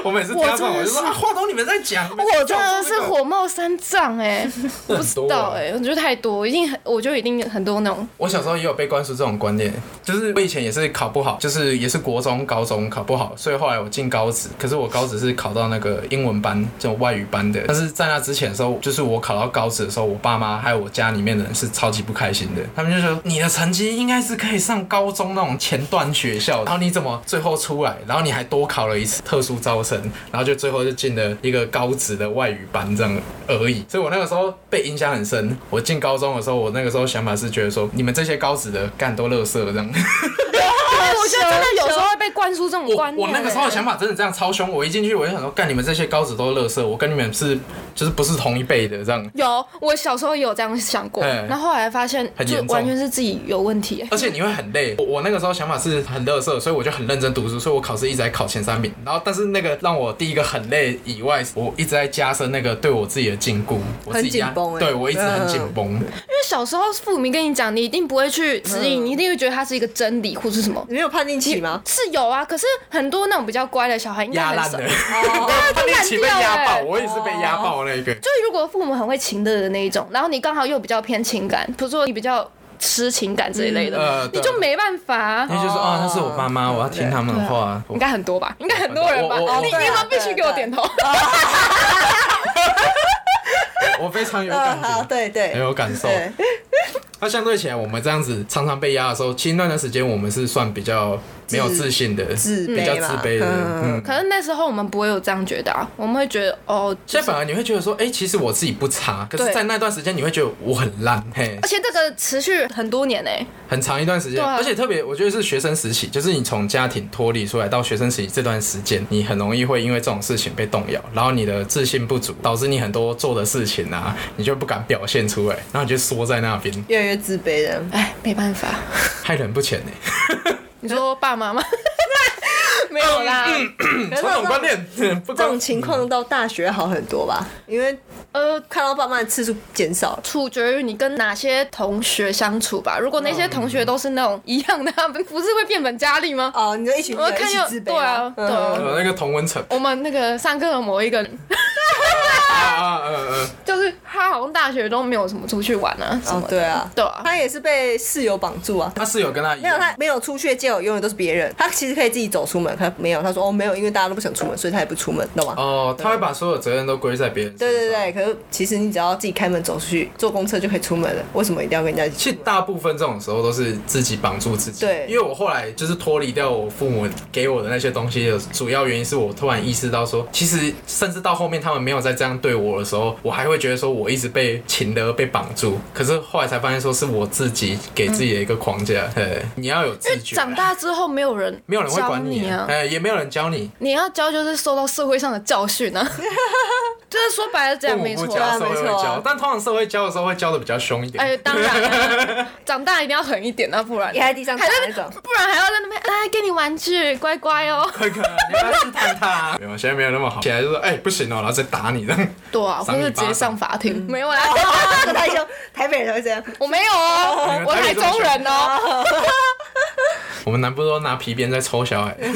[SPEAKER 1] 我每次听
[SPEAKER 3] 我
[SPEAKER 1] 到这种，
[SPEAKER 3] 真
[SPEAKER 1] 我
[SPEAKER 3] 的
[SPEAKER 1] 就说
[SPEAKER 3] 是
[SPEAKER 1] 啊，话都你们在讲。
[SPEAKER 3] 我真的是火冒三 丈哎、
[SPEAKER 1] 不
[SPEAKER 3] 知道哎、我觉得太多，一定很，我就一定很多那种
[SPEAKER 1] 啊我小时候也有被灌输这种观念，就是我以前也是考不好，就是也是国中、高中考不好，所以后来我进高职，可是我高职是考到那个英文班这种外语班的，但是在那之前的时候，就是我考到高职的时候，我爸妈还有我家里面的人是超级不开心的，他们就说你的成绩应该是可以上高中那种前段学校，然后你怎么最后出来，然后你还多考了一次特殊招生，然后就最后就进了一个高职的外语班这样而已，所以我那个时候被影响很深。我进高中的时候，我那个时候想法是觉得说，你们这些高职的干都乐色这样。
[SPEAKER 3] 我觉得真的有时候会被灌输这种
[SPEAKER 1] 我
[SPEAKER 3] 观念、
[SPEAKER 1] 啊
[SPEAKER 3] 啊欸
[SPEAKER 1] 我那个时候的想法真的这样超凶，我一进去我就想说，干你们这些高职都乐色，我跟你们是就是不是同一辈的这样。
[SPEAKER 3] 有，我小时候也有这样想过，
[SPEAKER 1] 哎
[SPEAKER 3] 然后后来发现
[SPEAKER 1] 很
[SPEAKER 3] 就
[SPEAKER 1] 严重
[SPEAKER 3] 完全是自己有问题、欸
[SPEAKER 1] 而且你会很累。我我那个时候想法是很乐色，所以我就很认真读书，所以我考试一直在考前三名。然后，但是那个让我第一个很累以外，我一直在加深那个对我自己的禁锢，我自己压
[SPEAKER 4] 很紧绷欸嗯
[SPEAKER 1] 对我一直很紧绷。
[SPEAKER 3] 因为小时候父母跟你讲，你一定不会去
[SPEAKER 1] 嗯
[SPEAKER 3] 质疑，你一定会觉得它是一个真理或是什么。
[SPEAKER 4] 你没有判定期吗？
[SPEAKER 3] 是有啊，可是很多那种比较乖的小孩应 该
[SPEAKER 1] 压
[SPEAKER 3] 很
[SPEAKER 1] 烂
[SPEAKER 3] 少
[SPEAKER 1] 的。，
[SPEAKER 4] 哦
[SPEAKER 3] 对，
[SPEAKER 1] 他
[SPEAKER 3] 就
[SPEAKER 1] 那
[SPEAKER 3] 烂
[SPEAKER 1] 期
[SPEAKER 3] 掉
[SPEAKER 1] 被压
[SPEAKER 3] 了
[SPEAKER 1] 爆，
[SPEAKER 3] 欸。
[SPEAKER 1] 我也是被压爆那个。
[SPEAKER 3] 就是如果父母很会情乐的那一种，然后你刚好又比较偏情感，比如说你比较吃情感这一类的，
[SPEAKER 1] 嗯呃
[SPEAKER 3] 你
[SPEAKER 1] 对
[SPEAKER 3] 就没办法啊、
[SPEAKER 1] 那就
[SPEAKER 4] 哦
[SPEAKER 1] 说啊，那是我爸妈，我要听他们的话。
[SPEAKER 3] 应该很多
[SPEAKER 1] 哦
[SPEAKER 3] 吧，应该很多人吧？
[SPEAKER 1] 我我我
[SPEAKER 3] 你
[SPEAKER 1] 对啊嗯
[SPEAKER 3] 你们必须给我点头。
[SPEAKER 1] 我非常有
[SPEAKER 4] 嗯，
[SPEAKER 1] 感
[SPEAKER 4] 好，
[SPEAKER 1] 觉。
[SPEAKER 4] 对对，
[SPEAKER 1] 很有感受
[SPEAKER 4] 对
[SPEAKER 1] 那相对起来，我们这样子常常被压的时候，其实那段时间我们是算比较没有自信的，
[SPEAKER 4] 自
[SPEAKER 1] 比较
[SPEAKER 4] 卑
[SPEAKER 1] 自
[SPEAKER 4] 嘛
[SPEAKER 1] 卑的。
[SPEAKER 4] 嗯
[SPEAKER 1] 嗯，
[SPEAKER 3] 可是那时候我们不会有这样觉得啊，我们会觉得哦，
[SPEAKER 1] 现在反而你会觉得说，哎、其实我自己不差，可是，
[SPEAKER 3] 对
[SPEAKER 1] 在那段时间你会觉得我很烂，嘿
[SPEAKER 4] 呃
[SPEAKER 3] 而，且这个持续很多年呢、欸
[SPEAKER 1] 很长一段时间，
[SPEAKER 3] 对啊
[SPEAKER 1] 而且特别，我觉得是学生时期，就是你从家庭脱离出来到学生时期这段时间，你很容易会因为这种事情被动摇，然后你的自信不足，导致你很多做的事情啊，你就不敢表现出来，然后你就缩在那边，
[SPEAKER 4] 越来越自卑了。
[SPEAKER 3] 哎，没办法。
[SPEAKER 1] 害人不浅呢、
[SPEAKER 3] 你说 爸妈吗？没有啦，
[SPEAKER 1] 嗯
[SPEAKER 4] 可是
[SPEAKER 1] 传统
[SPEAKER 4] 这
[SPEAKER 1] 观
[SPEAKER 4] 种
[SPEAKER 1] 念嗯不
[SPEAKER 4] 这
[SPEAKER 1] 光
[SPEAKER 4] 种情况到大学好很多吧，因为
[SPEAKER 1] 嗯
[SPEAKER 3] 呃，
[SPEAKER 4] 看到爸妈的次数减少了。
[SPEAKER 3] 处决于你跟哪些同学相处吧。如果那
[SPEAKER 1] 嗯
[SPEAKER 3] 些同学都是那种一样的，他们不是会变本加厉吗？
[SPEAKER 4] 哦，你就一群
[SPEAKER 3] 我
[SPEAKER 4] 人一
[SPEAKER 3] 看
[SPEAKER 4] 起
[SPEAKER 3] 有
[SPEAKER 4] 自卑
[SPEAKER 3] 对啊
[SPEAKER 4] 吗
[SPEAKER 3] 对
[SPEAKER 4] 嗯
[SPEAKER 3] 啊
[SPEAKER 1] 有呃那个同温层
[SPEAKER 3] 我们那个上课的某一个人，
[SPEAKER 1] 啊啊啊啊！
[SPEAKER 3] 就是他好像大学都没有什么出去玩啊什么
[SPEAKER 4] 哦
[SPEAKER 3] 的。，
[SPEAKER 4] 对啊，
[SPEAKER 3] 对啊，
[SPEAKER 4] 他也是被室友绑住啊。
[SPEAKER 1] 他室友跟他一
[SPEAKER 4] 没有，
[SPEAKER 1] 样，
[SPEAKER 4] 他没有出去的借口，永远都是别人。他其实可以自己走出门，他没有。他说哦，没有，因为大家都不想出门，所以他也不出门，懂吗？
[SPEAKER 1] 哦，他会把所有责任都归在别人身上。
[SPEAKER 4] 对对对，可是其实你只要自己开门走出去，坐公车就可以出门了，为什么一定要跟人家一起
[SPEAKER 1] 其
[SPEAKER 4] 出
[SPEAKER 1] 实
[SPEAKER 4] 门？
[SPEAKER 1] 大部分这种时候都是自己绑住自己。
[SPEAKER 4] 对
[SPEAKER 1] 因为我后来就是脱离掉我父母给我的那些东西的主要原因，是我突然意识到说，其实甚至到后面他们没有再这样对我的时候，我还会觉得说我一直被擒的被绑住。可是后来才发现，说是我自己给自己的一个框架。对，你要有自觉啊。
[SPEAKER 3] 嗯长大之后没有人
[SPEAKER 1] 没有人会管
[SPEAKER 3] 教你
[SPEAKER 1] 啊
[SPEAKER 3] 啊，
[SPEAKER 1] 哎、也没有人教你。
[SPEAKER 3] 你要教就是受到社会上的教训 啊。就是说白了这样
[SPEAKER 1] 父母
[SPEAKER 3] 没
[SPEAKER 4] 哦
[SPEAKER 1] 不
[SPEAKER 3] 错
[SPEAKER 1] 教，
[SPEAKER 3] 啊。
[SPEAKER 1] 社会会
[SPEAKER 4] 没错
[SPEAKER 1] 教
[SPEAKER 4] 啊，
[SPEAKER 1] 但通常社会教的时候会教的比较凶一点。
[SPEAKER 3] 哎，当然啊，长大一定要狠一点啊，不然
[SPEAKER 4] 也在地上打
[SPEAKER 3] 还在
[SPEAKER 4] 那种，
[SPEAKER 3] 不然还要在那边来给你玩具，乖乖哦。
[SPEAKER 1] 快看，你要试探他、 啊。没有，现在没有那么好。起来就说，哎、不行哦、然后再打你这样。
[SPEAKER 3] 对啊，
[SPEAKER 1] 赏
[SPEAKER 3] 或
[SPEAKER 1] 你
[SPEAKER 3] 者直
[SPEAKER 1] 巴
[SPEAKER 3] 接
[SPEAKER 1] 掌
[SPEAKER 3] 上法
[SPEAKER 4] 嗯
[SPEAKER 3] 庭。没有啦，
[SPEAKER 4] 这啊个太凶，台北人才会这样。
[SPEAKER 3] 我没有哦，我台中人哦，
[SPEAKER 1] 我们南部都拿皮鞭在抽小孩，
[SPEAKER 3] 真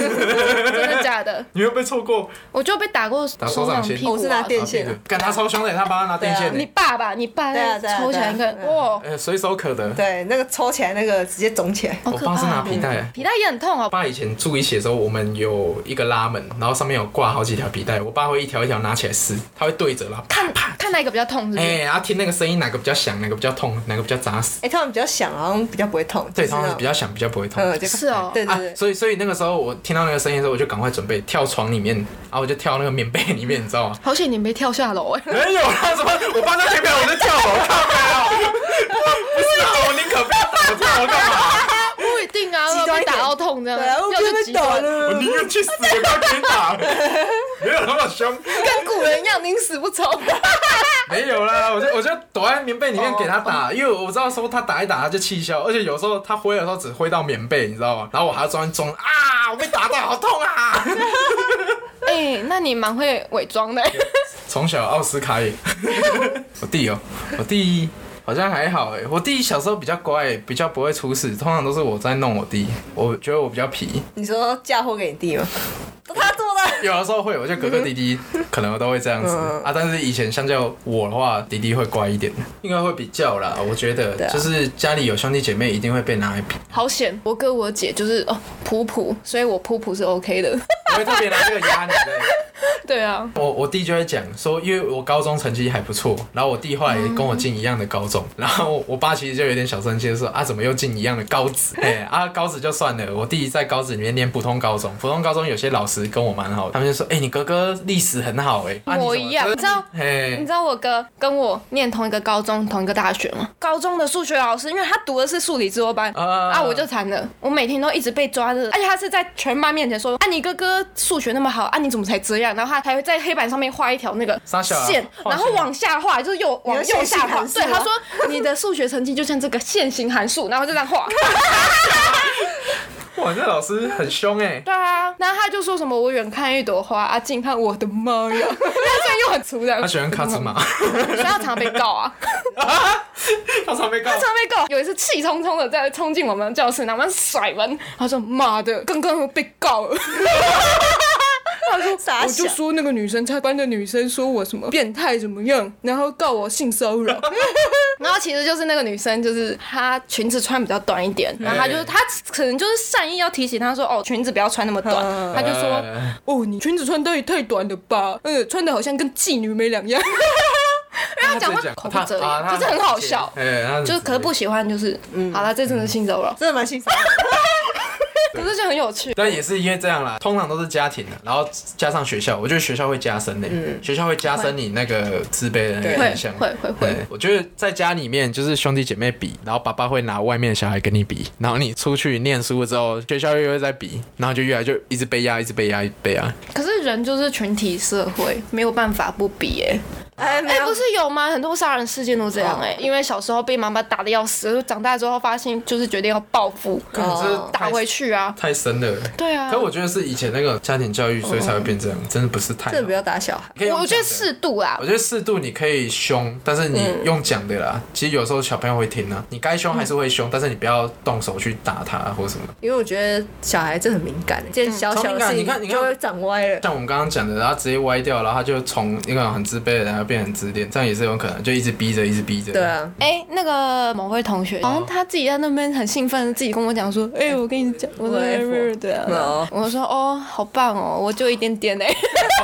[SPEAKER 3] 的假的？
[SPEAKER 1] 你有被抽过？
[SPEAKER 3] 我就被打过
[SPEAKER 1] 手掌心
[SPEAKER 3] 屁股啊，
[SPEAKER 4] 我哦是拿电线的，
[SPEAKER 1] 干他超凶的，他帮他拿电线
[SPEAKER 4] 对啊
[SPEAKER 1] 的
[SPEAKER 3] 你，爸爸，你爸
[SPEAKER 4] 对啊
[SPEAKER 3] 在
[SPEAKER 4] 对啊
[SPEAKER 3] 抽起来一个
[SPEAKER 4] 对啊对
[SPEAKER 3] 哇，
[SPEAKER 1] 呃，随手可得。
[SPEAKER 4] 对，啊那个抽起来那个直接肿起来。
[SPEAKER 3] 好
[SPEAKER 1] 我
[SPEAKER 3] 可
[SPEAKER 1] 爸是拿
[SPEAKER 3] 怕哦。
[SPEAKER 1] 皮带。
[SPEAKER 3] 皮带也很痛
[SPEAKER 1] 我
[SPEAKER 3] 哦，
[SPEAKER 1] 爸以前住一起的时候，我们有一个拉门，然后上面有挂好几条皮带，我爸会一条一条拿起来撕，他会对着，然后啪
[SPEAKER 3] 看看哪一个比较痛，
[SPEAKER 4] 嗯
[SPEAKER 3] 是不
[SPEAKER 1] 哎、
[SPEAKER 3] 是？
[SPEAKER 1] 然后听那个声音，哪个比较响，哪个比较痛，哪个比较扎实。
[SPEAKER 4] 哎，他们比较响，好像比较不会痛。
[SPEAKER 1] 对，
[SPEAKER 4] 就是
[SPEAKER 1] 他
[SPEAKER 4] 那
[SPEAKER 1] 们
[SPEAKER 4] 种
[SPEAKER 1] 比较响，比较不会痛。
[SPEAKER 4] 嗯，就是
[SPEAKER 3] 哦
[SPEAKER 4] 对对
[SPEAKER 1] 啊
[SPEAKER 4] 对，，
[SPEAKER 1] 所以所以那个时候我听到那个声音的时候，我就赶快准备跳床里面，然后我就跳那个棉被里面，你知道吗？
[SPEAKER 3] 好险你没跳下 楼哎，
[SPEAKER 1] 没有啦，什么？我爸在前面，我在跳楼，干嘛呀？不是啊，我宁可不要打，我跳楼干嘛？
[SPEAKER 3] 啊
[SPEAKER 1] 啊去死！我刚给你
[SPEAKER 4] 啊
[SPEAKER 1] 打了，没有那么凶，
[SPEAKER 3] 跟古人一样宁 死不从。
[SPEAKER 1] 没有啦，我就我就躲在棉被里面给他打，因为我知道说他打一打他就气消，而且有时候他挥的时候只挥到棉被，你知道吗？然后我还要装装啊，我被打到好痛啊！
[SPEAKER 3] 哎、那你蛮会伪装的。
[SPEAKER 1] 从小奥斯卡影，我弟哦，我弟好像还好哎，我弟小时候比较乖，比较不会出事，通常都是我在弄我弟，我觉得我比较皮，
[SPEAKER 4] 你说嫁祸给你弟吗？都他做的，
[SPEAKER 1] 有的时候会，我就哥哥弟弟
[SPEAKER 3] 嗯
[SPEAKER 1] 可能都会这样子、
[SPEAKER 4] 嗯
[SPEAKER 1] 啊。但是以前相较我的话，弟弟会乖一点，应该会比较啦。我觉得
[SPEAKER 4] 对啊
[SPEAKER 1] 就是家里有兄弟姐妹，一定会被拿来比，
[SPEAKER 3] 好险，我哥我姐就是哦普普，所以我普普是 OK 的。
[SPEAKER 1] 我会特别拿这个压你的。
[SPEAKER 3] 对啊，
[SPEAKER 1] 我我弟就会讲说，因为我高中成绩还不错，然后我弟后来跟我进一样的高
[SPEAKER 3] 嗯
[SPEAKER 1] 中，然后我爸其实就有点小生气，就说啊怎么又进一样的高 职？哎、啊高职就算了，我弟在高职里面念普通高中，普通高中有些老师跟我蛮好的，他们就说哎、你哥哥历史很好哎、啊、
[SPEAKER 3] 我
[SPEAKER 1] 你怎么
[SPEAKER 3] 一样
[SPEAKER 1] 就
[SPEAKER 3] 你知道
[SPEAKER 1] 嘿
[SPEAKER 3] 你知道我哥跟我念同一个高中、同一个大学吗？高中的数学老师，因为他读的是数理之后班
[SPEAKER 1] 啊
[SPEAKER 3] 啊，我就惨了，我每天都一直被抓着，而且他是在全班面前说：“啊，你哥哥数学那么好，啊，你怎么才这样？”然后他还会在黑板上面画一条那个
[SPEAKER 1] 傻小啊
[SPEAKER 3] 线，
[SPEAKER 1] 画
[SPEAKER 3] 然后
[SPEAKER 1] 线
[SPEAKER 3] 往下画，就是右往
[SPEAKER 4] 你说
[SPEAKER 3] 右
[SPEAKER 4] 线
[SPEAKER 3] 下
[SPEAKER 4] 性
[SPEAKER 3] 画。
[SPEAKER 4] 函数
[SPEAKER 3] 对，他
[SPEAKER 4] 吗
[SPEAKER 3] 说你的数学成绩就像这个线性函数，然后就这样 画。
[SPEAKER 1] 哇这老师很凶哎、
[SPEAKER 3] 对啊，然后他就说什么“我远看一朵花，啊近看我的妈呀”，他虽然又很粗的，
[SPEAKER 1] 他喜欢卡兹玛，
[SPEAKER 3] 所以他常常被告 啊。
[SPEAKER 1] 他常被告
[SPEAKER 3] 上面告有一次气冲冲的在冲进我们教室，然后甩门，他说：“妈的，刚刚又被告了。”他说：“
[SPEAKER 4] 傻
[SPEAKER 3] 我就
[SPEAKER 4] 小
[SPEAKER 3] 说那个女生，他班的女生说我什么变态怎么样，然后告我性骚扰。” 然后其实就是那个女生，就是她裙子穿比较短一点，然后她就是
[SPEAKER 1] 哎
[SPEAKER 3] 她可能就是善意要提醒她说：“哦，裙子不要穿那么短。”她就说
[SPEAKER 1] 呃：“
[SPEAKER 3] 哦，你裙子穿的也太短了吧，呃，穿的好像跟妓女没 两样。”因为她讲话口不遮
[SPEAKER 1] 啊
[SPEAKER 3] 掩，
[SPEAKER 1] 他
[SPEAKER 3] 就是很好笑。
[SPEAKER 1] 哎，他
[SPEAKER 3] 就是可是不喜欢就是，好了，这真的性骚扰，
[SPEAKER 4] 真的蛮欣赏的。
[SPEAKER 3] 可是就很有趣。
[SPEAKER 1] 但也是因为这样啦，通常都是家庭的，然后加上学校，我觉得学校会加深的、学校会加深你那个自卑的那个
[SPEAKER 4] 对
[SPEAKER 3] 嗯会
[SPEAKER 1] 印象。
[SPEAKER 3] 会会会，
[SPEAKER 1] 对，我觉得在家里面就是兄弟姐妹比，然后爸爸会拿外面的小孩跟你比，然后你出去念书之后，学校又会在比，然后就越来就一直被压，一直被压，一直被压。
[SPEAKER 3] 可是人就是群体社会，没有办法不比哎、
[SPEAKER 4] 哎，没
[SPEAKER 3] 哎、
[SPEAKER 4] 有，
[SPEAKER 3] 不是有吗？很多杀人事件都这样哎、因为小时候被妈妈打的要死，长大之后发现就是决定要报复，
[SPEAKER 1] 哦
[SPEAKER 3] 打回去啊。
[SPEAKER 1] 太深了。
[SPEAKER 3] 对啊，
[SPEAKER 1] 可我觉得是以前那个家庭教育，所以才会变这样，真的不是太好。
[SPEAKER 4] 真的不要打小孩。
[SPEAKER 1] 可以用
[SPEAKER 3] 我我觉得
[SPEAKER 1] 讲的
[SPEAKER 3] 适度啦
[SPEAKER 1] 我，觉得适度你可以凶，但是你用讲的啦。其实有时候小朋友会听啊，你该凶还是会凶，但是你不要动手去打他或什么。
[SPEAKER 4] 因为我觉得小孩真的很敏感，这件小小的
[SPEAKER 1] 超
[SPEAKER 4] 事
[SPEAKER 1] 敏感你看你
[SPEAKER 4] 情
[SPEAKER 1] 看
[SPEAKER 4] 就会长歪了。
[SPEAKER 1] 像我们刚刚讲的，他直接歪掉，然后他就从一个很自卑的人，然后变成自恋，这样也是有可能，就一直逼着，一直逼着。
[SPEAKER 4] 对，啊，
[SPEAKER 3] 哎、那个某位同学，好像他自己在那边很兴奋，自己跟我讲说：“哦哎、我跟你讲，我
[SPEAKER 4] 我
[SPEAKER 3] 在
[SPEAKER 4] 的 F
[SPEAKER 3] 对啊。
[SPEAKER 4] 哦
[SPEAKER 3] 我说：“哦，好棒哦，我就一点点哎、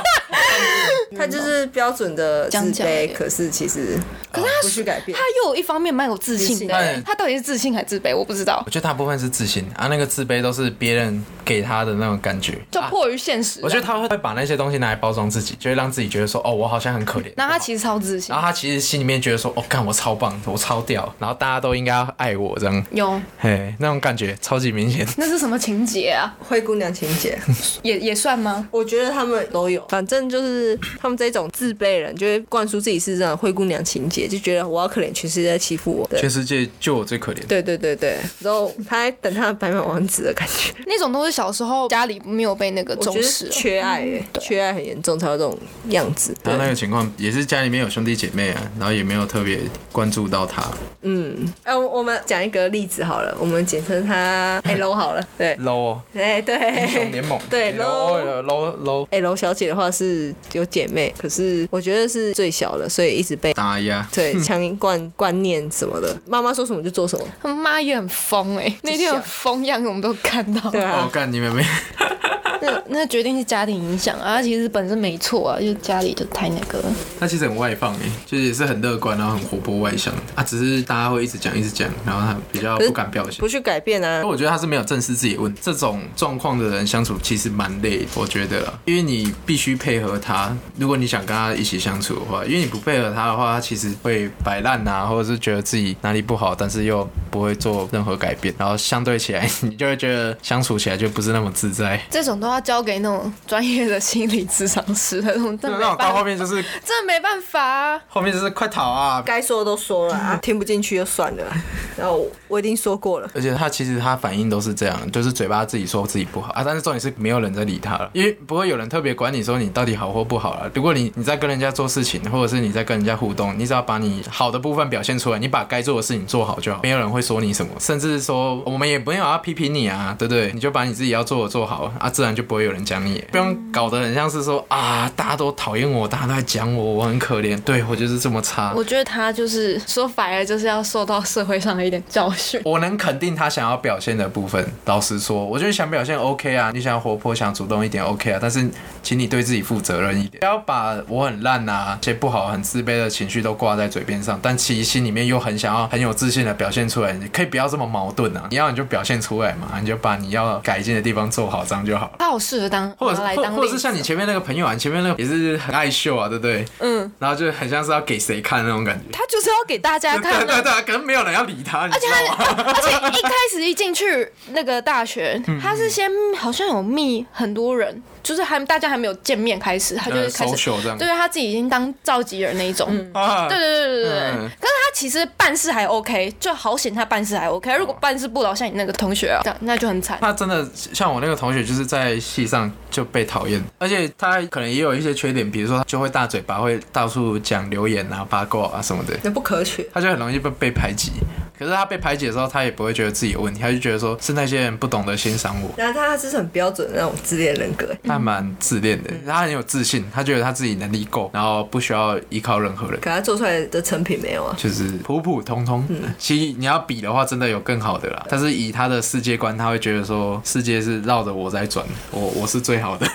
[SPEAKER 4] 他嗯就是标准的自
[SPEAKER 3] 讲讲而已
[SPEAKER 4] 卑，可是其实嗯可
[SPEAKER 1] 是
[SPEAKER 4] 他不去改变
[SPEAKER 3] 他。又有一方面蛮有自信
[SPEAKER 4] 自信
[SPEAKER 3] 的欸
[SPEAKER 1] 对，
[SPEAKER 3] 他到底是自信还是自卑，我不知道
[SPEAKER 1] 我，觉得大部分是自信啊，那个自卑都是别人给他的那种感觉。
[SPEAKER 3] 就
[SPEAKER 1] 啊
[SPEAKER 3] 迫于现实啊。
[SPEAKER 1] 我觉得他会把那些东西拿来包装自己，就会让自己觉得说，哦，我好像很可怜。
[SPEAKER 3] 然后他其实超自信
[SPEAKER 1] 然，后他其实心里面觉得说，哦，干我超棒，我超屌，然后大家都应该要爱我这样，
[SPEAKER 3] 有
[SPEAKER 1] 嘿，那种感觉超级明显。
[SPEAKER 3] 那是什么情节啊？
[SPEAKER 4] 灰姑娘情节，
[SPEAKER 3] 也也算吗？
[SPEAKER 4] 我觉得他们都有，反正就是他们这种自卑人，就会灌输自己是这种灰姑娘情节，就觉得我要可怜，全世界在欺负我。对
[SPEAKER 1] 全世界就我最可怜。
[SPEAKER 4] 对对对对，然后他在等他的白马王子的感觉，
[SPEAKER 3] 那种都是小时候家里没有被那个
[SPEAKER 4] 我
[SPEAKER 3] 重
[SPEAKER 4] 觉
[SPEAKER 3] 视
[SPEAKER 4] 得
[SPEAKER 3] 啊。
[SPEAKER 4] 缺爱、欸，缺爱很严重，才有这种样子。对
[SPEAKER 1] 然后那个情况也是家里面有兄弟姐妹啊，然后也没有特别关注到他。
[SPEAKER 4] 哎、我我们讲一个例子好了，我们简称他 L 好了。对，
[SPEAKER 1] low
[SPEAKER 4] 哎对。
[SPEAKER 1] 盟
[SPEAKER 4] 对
[SPEAKER 1] low low low
[SPEAKER 4] L 小姐的话是有姐妹，可是我觉得是最小的，所以一直被
[SPEAKER 1] 打压，
[SPEAKER 4] 对强灌观念什么的，妈妈说什么就做什么。
[SPEAKER 3] 他妈也很疯哎、那天很疯样，我们都看到。
[SPEAKER 4] 对
[SPEAKER 1] 哦
[SPEAKER 4] 啊，
[SPEAKER 1] 干你们没，
[SPEAKER 3] 那那决定是家庭影响啊，其实本身没错啊，就家里就太那个了。
[SPEAKER 1] 他其实很外放哎，就是也是很乐观，然后很活泼外向啊，只是大家会一直讲一直讲，然后他比较
[SPEAKER 4] 可是
[SPEAKER 1] 不敢表现
[SPEAKER 4] 不。去改变啊
[SPEAKER 1] 哎但，我觉得他是没有正视自己的问题，这种状况的人相处其实蛮累的，我觉得啦，因为你必须配合他，如果你想跟他一起相处的话，因为你不配合他的话，他其实会摆烂啊，或者是觉得自己哪里不好，但是又不 会做任何改变，然后相对起来，你就会觉得相处起来就不是那么自在。
[SPEAKER 3] 这种都要交给那种专业的心理咨商师的那 种，真
[SPEAKER 1] 那那
[SPEAKER 3] 的没
[SPEAKER 1] 我到后
[SPEAKER 3] 办法，
[SPEAKER 1] 面就是
[SPEAKER 3] 真的没办法啊。
[SPEAKER 1] 后面就是快逃啊！
[SPEAKER 4] 该说的都说了、啊，听不进去就算了。然后我已经说过了，
[SPEAKER 1] 而且他其实他反应都是这样，就是嘴巴自己说自己不好啊，但是重点是没有人在理他了，因为不会有人特别管你说你到底好或不好了。如果你你在跟人家做事情，或者是你在跟人家互动，你只要把你好的部分表现出来，你把该做的事情做好就好，没有人会说你什么，甚至说我们也没有要批评你啊，对不对？你就把你自己要做的做好啊，自然就不会有人讲你，不用搞得很像是说啊，大家都讨厌我，大家都在讲我，我很可怜，对我就是这么差。
[SPEAKER 3] 我觉得他就是说白了，就是要受到社会上的一点教训。
[SPEAKER 1] 我能肯定他想要表现的部分。老实说，我觉得想表现 OK 啊，你想活泼、想主动一点 OK 啊，但是请你对自己负责任一点，啊不要把我很烂啊、这些不好、很自卑的情绪都挂在嘴边上，但其实心里面又很想要很有自信的表现出来。你可以不要这么矛盾啊，你要你就表现出来嘛，啊你就把你要改进的地方做好，这样就好了。
[SPEAKER 3] 他好适合当，
[SPEAKER 1] 或者
[SPEAKER 3] 拿来
[SPEAKER 1] 是或
[SPEAKER 3] 当
[SPEAKER 1] 或者
[SPEAKER 3] 例
[SPEAKER 1] 是
[SPEAKER 3] 子
[SPEAKER 1] 像你前面那个朋友啊，你前面那个也是很爱秀啊，对不对？嗯，然后就很像是要给谁看那种感觉。
[SPEAKER 4] 他就是要给大家
[SPEAKER 1] 对
[SPEAKER 3] 啊
[SPEAKER 4] 看
[SPEAKER 1] 对
[SPEAKER 4] 的、
[SPEAKER 1] 对对，可能没有人要理他，你
[SPEAKER 3] 而且
[SPEAKER 1] 知道吗？
[SPEAKER 3] 他， 而且一开始一进去那个大学，
[SPEAKER 1] 嗯
[SPEAKER 3] 他是先好像有密很多人，就是还大家还没有见面开始，他就
[SPEAKER 1] 呃
[SPEAKER 3] 是开始，
[SPEAKER 1] social 这样
[SPEAKER 3] 对啊他自己已经当召集人那一种。
[SPEAKER 1] 啊，
[SPEAKER 3] 对对对对对，
[SPEAKER 1] 嗯
[SPEAKER 3] 可是他其实办事还 OK，就好险他办事还
[SPEAKER 1] 哦
[SPEAKER 3] OK。如果办事不牢，像你那个同学啊，这样那就很惨。
[SPEAKER 1] 他真的像我那个同学，就是在戏上就被讨厌，而且他可能也有一些缺点，比如说他就会大嘴巴，会到处讲流言啊、八卦啊什么的，
[SPEAKER 4] 那不可取。
[SPEAKER 1] 他就很容易被被排挤。可是他被排挤的时候，他也不会觉得自己有问题，他就觉得说是那些人不懂得欣赏我。
[SPEAKER 4] 然后他是很标准的那种自恋人格，
[SPEAKER 1] 他蛮自恋的，他很有自信，他觉得他自己能力够，然后不需要依靠任何人，
[SPEAKER 4] 可他做出来的成品没有啊。
[SPEAKER 1] 就是普普通通。其实你要比的话，真的有更好的啦。但是以他的世界观，他会觉得说世界是绕着我在转，我我是最好的。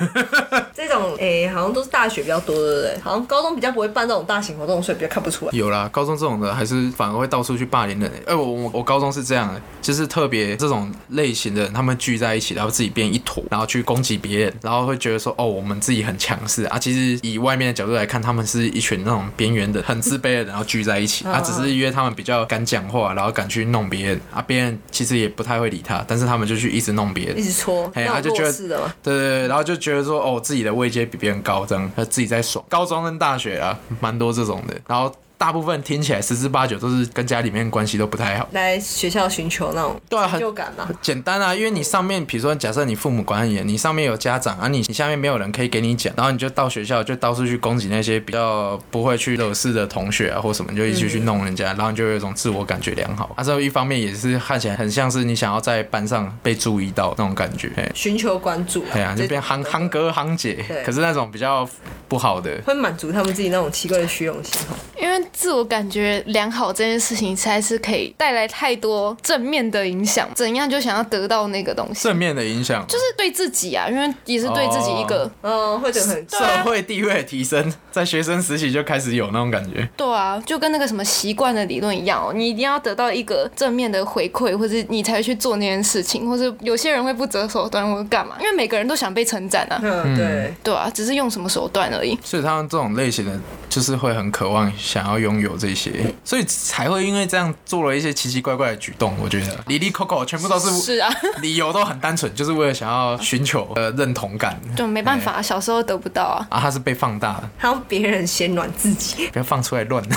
[SPEAKER 4] 这种诶、好像都是大学比较多，对不对？好像高中比较不会办这种大型活动，所以比较看不出来。
[SPEAKER 1] 有啦，高中这种的还是反而会到处去霸凌人、欸。哎、我我我高中是这样、的，就是特别这种类型的人，他们聚在一起，然后自己变一坨，然后去攻击别人，然后会觉得说，哦，我们自己很强势啊。其实以外面的角度来看，他们是一群那种边缘的、很自卑的人，然后聚在一起啊，只是因为他们比较敢讲话，然后敢去弄别人啊，别人其实也不太会理他，但是他们就去一直弄别人
[SPEAKER 4] 一。直戳，
[SPEAKER 1] 嘿
[SPEAKER 4] 那
[SPEAKER 1] 他就
[SPEAKER 4] 种
[SPEAKER 1] 觉
[SPEAKER 4] 弱
[SPEAKER 1] 得
[SPEAKER 4] 势的嘛。
[SPEAKER 1] 对对对，然后就觉得说，哦，自己的位阶比别人高，这样，他自己在爽。高中跟大学啊，蛮多这种的，然后。大部分听起来十之八九都是跟家里面关系都不太好，
[SPEAKER 4] 来学校寻求那种
[SPEAKER 1] 对啊，
[SPEAKER 4] 成
[SPEAKER 1] 很
[SPEAKER 4] 就感嘛。
[SPEAKER 1] 简单啊，因为你上面，比如说假设你父母管很严，你上面有家长啊你，你下面没有人可以给你讲，然后你就到学校就到处去攻击那些比较不会去惹事的同学啊或什么，你就一起去弄人家，然后你就有一种自我感觉良好。啊，这一方面也是看起来很像是你想要在班上被注意到那种感觉，嘿
[SPEAKER 4] 寻求关注、啊，
[SPEAKER 1] 对啊，就变
[SPEAKER 4] 这
[SPEAKER 1] 夯夯哥夯姐
[SPEAKER 4] 对，
[SPEAKER 1] 可是那种比较不好的，
[SPEAKER 4] 会满足他们自己那种奇怪的虚荣心哦。
[SPEAKER 3] 因为自我感觉良好这件事情，才是可以带来太多正面的影响。怎样就想要得到那个东西，
[SPEAKER 1] 正面的影响，
[SPEAKER 3] 就是对自己啊，因为也是对自己一
[SPEAKER 1] 哦
[SPEAKER 3] 个。
[SPEAKER 4] 嗯，会觉得很
[SPEAKER 1] 社会地位的提升，在学生时期就开始有那种感觉。
[SPEAKER 3] 对啊，就跟那个什么习惯的理论一样哦，你一定要得到一个正面的回馈，或者你才会去做那件事情，或者有些人会不择手段，或者干嘛，因为每个人都想被称赞啊，
[SPEAKER 4] 嗯，对，
[SPEAKER 3] 对啊，只是用什么手段而已。
[SPEAKER 1] 所以他们这种类型的，就是会很渴望想要拥有这些，所以才会因为这样做了一些奇奇怪怪的举动。我觉得里里扣扣全部都是
[SPEAKER 3] 是啊，
[SPEAKER 1] 理由都很单纯，就是为了想要寻求呃认同感。
[SPEAKER 3] 就没办法，小时候得不到啊。
[SPEAKER 1] 啊，他是被放大的，
[SPEAKER 4] 他让别人先暖自己，
[SPEAKER 1] 不要放出来乱。